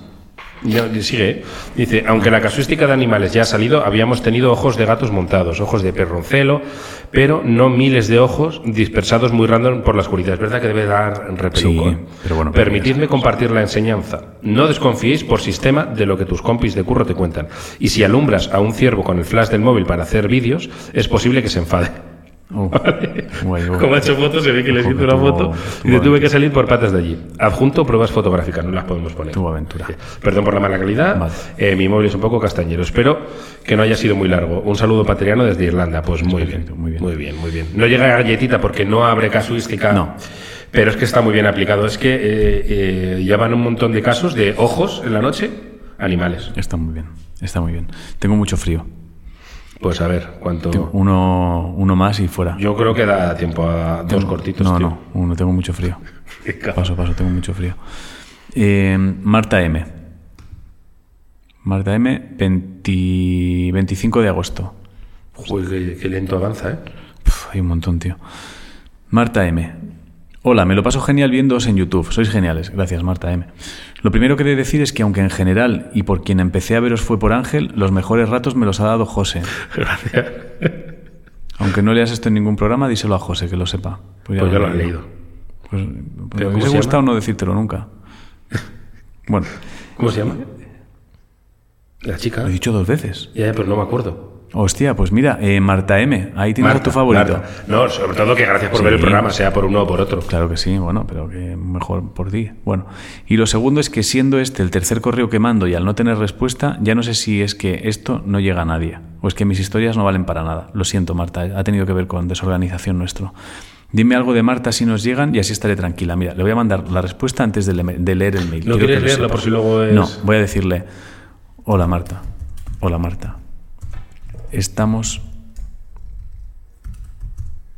S2: Ya, y sigue, ¿eh? Dice, aunque la casuística de animales ya ha salido, habíamos tenido ojos de gatos montados, ojos de perroncelo, pero no miles de ojos dispersados muy random por la oscuridad. Es verdad que debe dar repeluco.
S1: Sí,
S2: ¿eh?
S1: pero bueno, pero
S2: Permitidme compartir la enseñanza. No desconfiéis por sistema de lo que tus compis de curro te cuentan. Y si alumbras a un ciervo con el flash del móvil para hacer vídeos, es posible que se enfade. *laughs*
S1: Oh, guay, guay.
S2: Como ha hecho fotos, se ve que le
S1: Ojo,
S2: hizo
S1: que
S2: una
S1: tuvo-
S2: foto
S1: tuvo
S2: y te tuve que
S1: aventura.
S2: salir por patas de allí. Adjunto pruebas fotográficas, no las podemos poner.
S1: Tuvo aventura.
S2: Eh, Perdón por la mala calidad.
S1: Vale.
S2: Eh, mi móvil es un poco castañero. Espero que no haya sido muy largo. Un saludo pateriano desde Irlanda. Pues muy
S1: perfecto,
S2: bien,
S1: muy bien.
S2: Muy bien, muy bien. No llega galletita porque no abre casuística.
S1: No.
S2: Pero es que está muy bien aplicado. Es que eh, eh, ya van un montón de casos de ojos en la noche, animales.
S1: Está muy bien, está muy bien. Tengo mucho frío.
S2: Pues a ver cuánto.
S1: Uno, uno más y fuera.
S2: Yo creo que da tiempo a dos cortitos.
S1: no,
S2: tío.
S1: no, uno, tengo mucho frío.
S2: *laughs* Qué cabrón.
S1: Paso, paso, tengo mucho frío. Eh, Marta M. Marta M, 20 25 de agosto.
S2: Joder, qué, qué lento avanza, ¿eh?
S1: Puf, hay un montón, tío. Marta M. Hola, me lo paso genial viéndoos en YouTube. Sois geniales. Gracias, Marta M. Lo primero que he de decir es que aunque en general y por quien empecé a veros fue por Ángel, los mejores ratos me los ha dado José.
S2: Gracias.
S1: Aunque no leas esto en ningún programa, díselo a José, que lo sepa.
S2: Pues ya lo han leído.
S1: Pues, pues
S2: ¿cómo
S1: me hubiese
S2: se
S1: gustado no decírtelo
S2: *laughs*
S1: nunca. Bueno,
S2: ¿Cómo se llama? La chica.
S1: lo he dicho dos veces.
S2: Ya, ya, pero no me acuerdo.
S1: Hostia, pues mira, eh, Marta M, ahí tienes a tu favorito.
S2: Marta. No, sobre todo que gracias por
S1: Sí.
S2: ver el programa, sea por uno o por otro.
S1: Claro que sí, bueno, pero que mejor por ti. Bueno, y lo segundo es que siendo este el tercer correo que mando y al no tener respuesta, ya no sé si es que esto no llega a nadie o es que mis historias no valen para nada. Lo siento, Marta, ha tenido que ver con desorganización nuestro. Dime algo de Marta si nos llegan y así estaré tranquila. Mira, le voy a mandar la respuesta antes de, le- de leer el mail.
S2: ¿No
S1: Quiero
S2: quieres
S1: que lo
S2: leerlo
S1: sepa.
S2: por si luego es-
S1: No, voy a decirle, hola Marta, hola Marta, estamos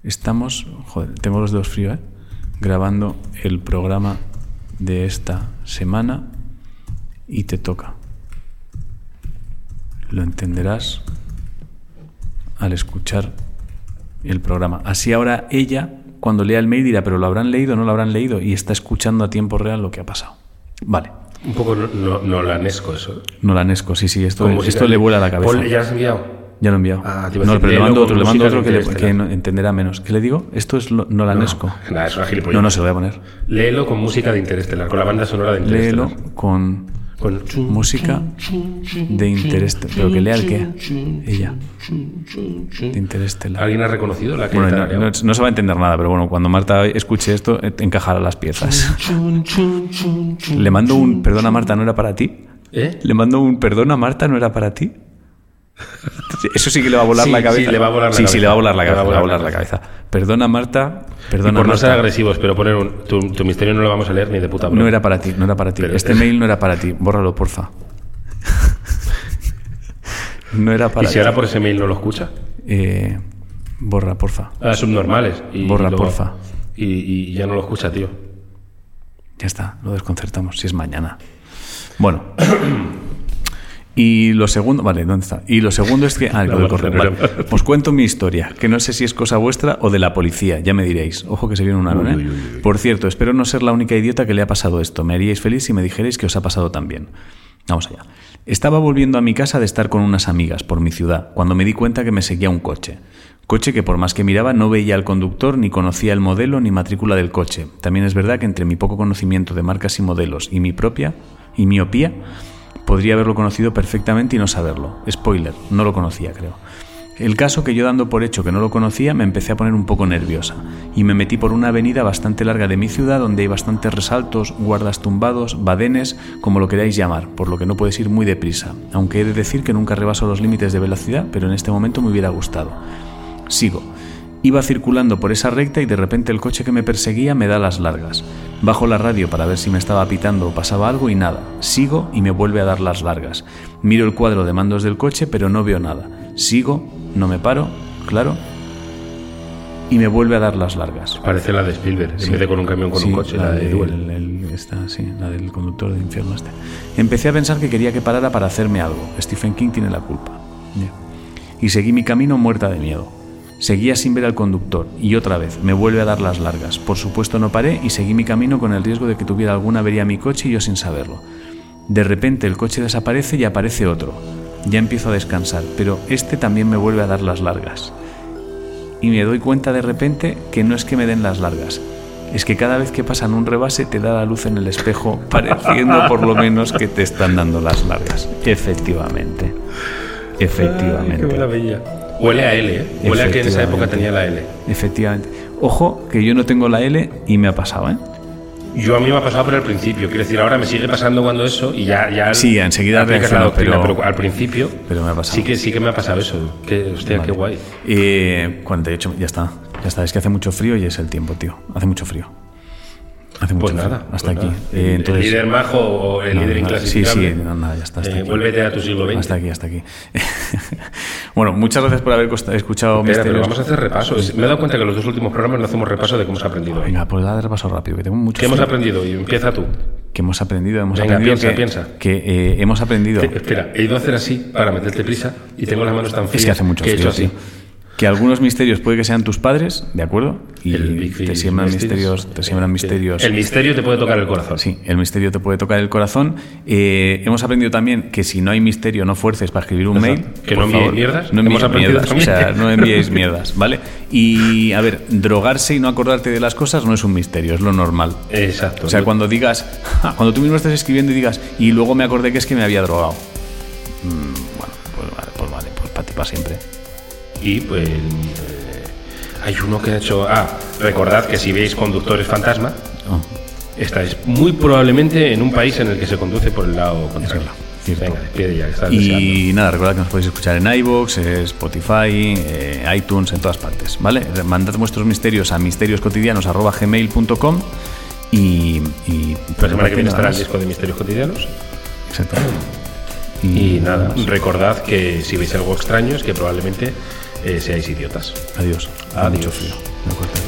S1: Estamos, joder, tengo los dedos fríos, ¿eh? Grabando el programa de esta semana y te toca. Lo entenderás al escuchar el programa. Así ahora ella, cuando lea el mail, dirá, pero lo habrán leído, no lo habrán leído, y está escuchando a tiempo real lo que ha pasado. Vale.
S2: Un poco no, no, nolanesco eso.
S1: Nolanesco, sí, sí, esto,
S2: Con música
S1: esto le
S2: de-
S1: vuela la cabeza.
S2: Paul, ya has enviado.
S1: Ya lo he enviado.
S2: Ah, te iba a
S1: no, pero
S2: decir,
S1: le
S2: léelo
S1: mando
S2: con
S1: otro, le mando
S2: música
S1: otro que, le-
S2: interestelar.
S1: que no- entenderá menos. ¿Qué le digo? Esto es lo- nolanesco.
S2: Nada, es una
S1: No.
S2: gilipollas.
S1: no, se lo voy a poner.
S2: Léelo con música de Interestelar, con la banda sonora de Interestelar.
S1: Léelo con
S2: Con
S1: música de interestelar. Pero que lea el qué. Ella. De interestelar.
S2: ¿Alguien ha reconocido la que
S1: Bueno,
S2: te
S1: no,
S2: ha
S1: no- no se va a entender nada, pero bueno, cuando Marta escuche esto, eh, encajará las piezas. Le mando un perdona Marta, no era para ti.
S2: ¿Eh?
S1: Le mando un perdona Marta, no era para ti. Eso sí que le va a volar
S2: Sí,
S1: la
S2: sí,
S1: cabeza.
S2: le va a volar la
S1: Sí, sí,
S2: cabeza.
S1: le va a volar la
S2: Le va
S1: cabeza.
S2: a
S1: Le va a
S2: volar
S1: volar la cabeza. Perdona Marta,
S2: Y
S1: perdona
S2: por no ser
S1: Marta.
S2: agresivos, pero poner un, tu, tu misterio no lo vamos a leer ni de puta broma.
S1: No era para ti, no era para ti.
S2: Pero-
S1: este mail no era para ti. Bórralo,
S2: *laughs*
S1: porfa. no era para
S2: ¿Y si
S1: ti.
S2: ahora por ese mail no lo escucha?
S1: Eh, borra, porfa.
S2: Ah, subnormales. Y
S1: Borra, porfa.
S2: Y, y ya no lo escucha, tío.
S1: Ya está, lo desconcertamos, si es mañana.
S2: *coughs*
S1: Bueno. Y lo segundo, vale, ¿dónde está? Y lo segundo es que, ah, lo
S2: La
S1: del correo,
S2: Barcelona.
S1: vale. Os cuento mi historia, que no sé si es cosa vuestra o de la policía, ya me diréis. Ojo que se viene un alón, ¿eh?
S2: Uy, uy, uy, uy.
S1: Por cierto, espero no ser la única idiota que le ha pasado esto. Me haríais feliz si me dijerais que os ha pasado también. Vamos allá. Estaba volviendo a mi casa de estar con unas amigas por mi ciudad, cuando me di cuenta que me seguía un coche. Coche que por más que miraba no veía al conductor, ni conocía el modelo ni matrícula del coche. También es verdad que entre mi poco conocimiento de marcas y modelos y mi propia y miopía, podría haberlo conocido perfectamente y no saberlo. Spoiler, no lo conocía, creo. El caso que yo dando por hecho que no lo conocía me empecé a poner un poco nerviosa y me metí por una avenida bastante larga de mi ciudad donde hay bastantes resaltos, guardas tumbados, badenes, como lo queráis llamar, por lo que no puedes ir muy deprisa, aunque he de decir que nunca rebaso los límites de velocidad, pero en este momento me hubiera gustado. Sigo. Iba circulando por esa recta y de repente el coche que me perseguía me da las largas. Bajo la radio para ver si me estaba pitando o pasaba algo y nada. Sigo y me vuelve a dar las largas. Miro el cuadro de mandos del coche pero no veo nada. Sigo, no me paro, claro. Y me vuelve a dar las largas.
S2: Parece la de Spielberg. En vez de con un camión, con
S1: Sí,
S2: un coche. La, de, Duel.
S1: el- el- esta, sí, la del conductor de infierno este. Empecé a pensar que quería que parara para hacerme algo. Stephen King tiene la culpa. Ya. Y seguí mi camino muerta de miedo. Seguía sin ver al conductor y otra vez me vuelve a dar las largas. Por supuesto no paré y seguí mi camino con el riesgo de que tuviera alguna avería a mi coche y yo sin saberlo. De repente el coche desaparece y aparece otro. Ya empiezo a descansar, pero este también me vuelve a dar las largas y me doy cuenta de repente que no es que me den las largas. Es que cada vez que pasan un rebase te da la luz en el espejo, *laughs* pareciendo por lo menos que te están dando las largas. Efectivamente.
S2: Ay, qué
S1: Efectivamente.
S2: buena bella. Huele a L, ¿eh? Huele a que en esa época tenía la L.
S1: Efectivamente. Ojo, que yo no tengo la L y me ha pasado, ¿eh?
S2: Yo a mí me ha pasado por el principio. Quiero decir, ahora me sigue pasando cuando eso y ya. ya
S1: Sí, enseguida
S2: aplicas la
S1: reacciono,
S2: doctrina,
S1: pero-
S2: pero... al principio.
S1: Pero me ha pasado.
S2: Sí que, sí que me ha pasado eso. Que, hostia, qué guay.
S1: Eh, 48, ya está. Ya está. Es que hace mucho frío y es el tiempo, tío. Hace mucho frío. Hace mucho
S2: Pues
S1: frío.
S2: nada.
S1: Hasta
S2: pues
S1: aquí.
S2: nada.
S1: Eh,
S2: El-
S1: entonces,
S2: el líder majo o el
S1: No,
S2: líder
S1: no,
S2: inclasificable.
S1: Sí, sí, no, nada, ya está. hasta
S2: Eh,
S1: aquí.
S2: vuelvete a tu siglo XX.
S1: Hasta aquí, hasta aquí. *laughs* bueno, muchas gracias por haber costa- escuchado
S2: Espera, pero
S1: Misterios.
S2: vamos a hacer repaso. Es- Me he dado cuenta que los dos últimos programas no hacemos repaso de cómo hemos aprendido hoy.
S1: Venga, pues dale repaso rápido, que tengo mucho
S2: ¿Qué hemos
S1: frío.
S2: aprendido hoy? Empieza tú.
S1: Que hemos aprendido, hemos
S2: Venga,
S1: aprendido
S2: piensa,
S1: que,
S2: piensa.
S1: que, eh, hemos aprendido.
S2: Eh, Espera, he ido a hacer así para meterte prisa y tengo las manos tan frías
S1: es que hace mucho
S2: que he
S1: frío,
S2: hecho así.
S1: tío. Que algunos misterios puede que sean tus padres, ¿de acuerdo? Y
S2: El Big
S1: te
S2: Fish
S1: siembran misterios,
S2: Mysteries.
S1: te siembran misterios.
S2: El misterio te puede tocar el corazón.
S1: Pues Sí, el misterio te puede tocar el corazón. Eh, hemos aprendido también que si no hay misterio, no fuerces para escribir un
S2: Exacto.
S1: mail.
S2: Que
S1: por
S2: no enviéis
S1: favor.
S2: mierdas.
S1: No enviéis
S2: Hemos aprendido
S1: mierdas. O sea,
S2: también.
S1: no enviéis mierdas, ¿vale? Y a ver, drogarse y no acordarte de las cosas no es un misterio, es lo normal.
S2: Exacto.
S1: O sea, cuando digas, *laughs* "Ja", cuando tú mismo estés escribiendo y digas, y luego me acordé que es que me había drogado. Mm, bueno, pues vale, pues vale, pues para ti para siempre.
S2: Y pues eh, hay uno que ha hecho... Ah, recordad que si veis conductores fantasma,
S1: Oh,
S2: estáis muy probablemente en un país en el que se conduce por el lado contrario.
S1: cierto.
S2: Venga, despide ya, que estás deseando.
S1: Y nada, recordad que nos podéis escuchar en iVoox, eh, Spotify, eh, iTunes, en todas partes, ¿vale? Mandad vuestros misterios a misterioscotidianos.gmail.com y, y...
S2: La semana que viene
S1: nada
S2: estará el
S1: más.
S2: disco de Misterios Cotidianos.
S1: Exacto. Mm.
S2: Y nada,
S1: más.
S2: recordad que si veis algo extraño es que probablemente eh, seáis idiotas.
S1: Adiós. Hace mucho frío.
S2: Adiós.
S1: No cortes.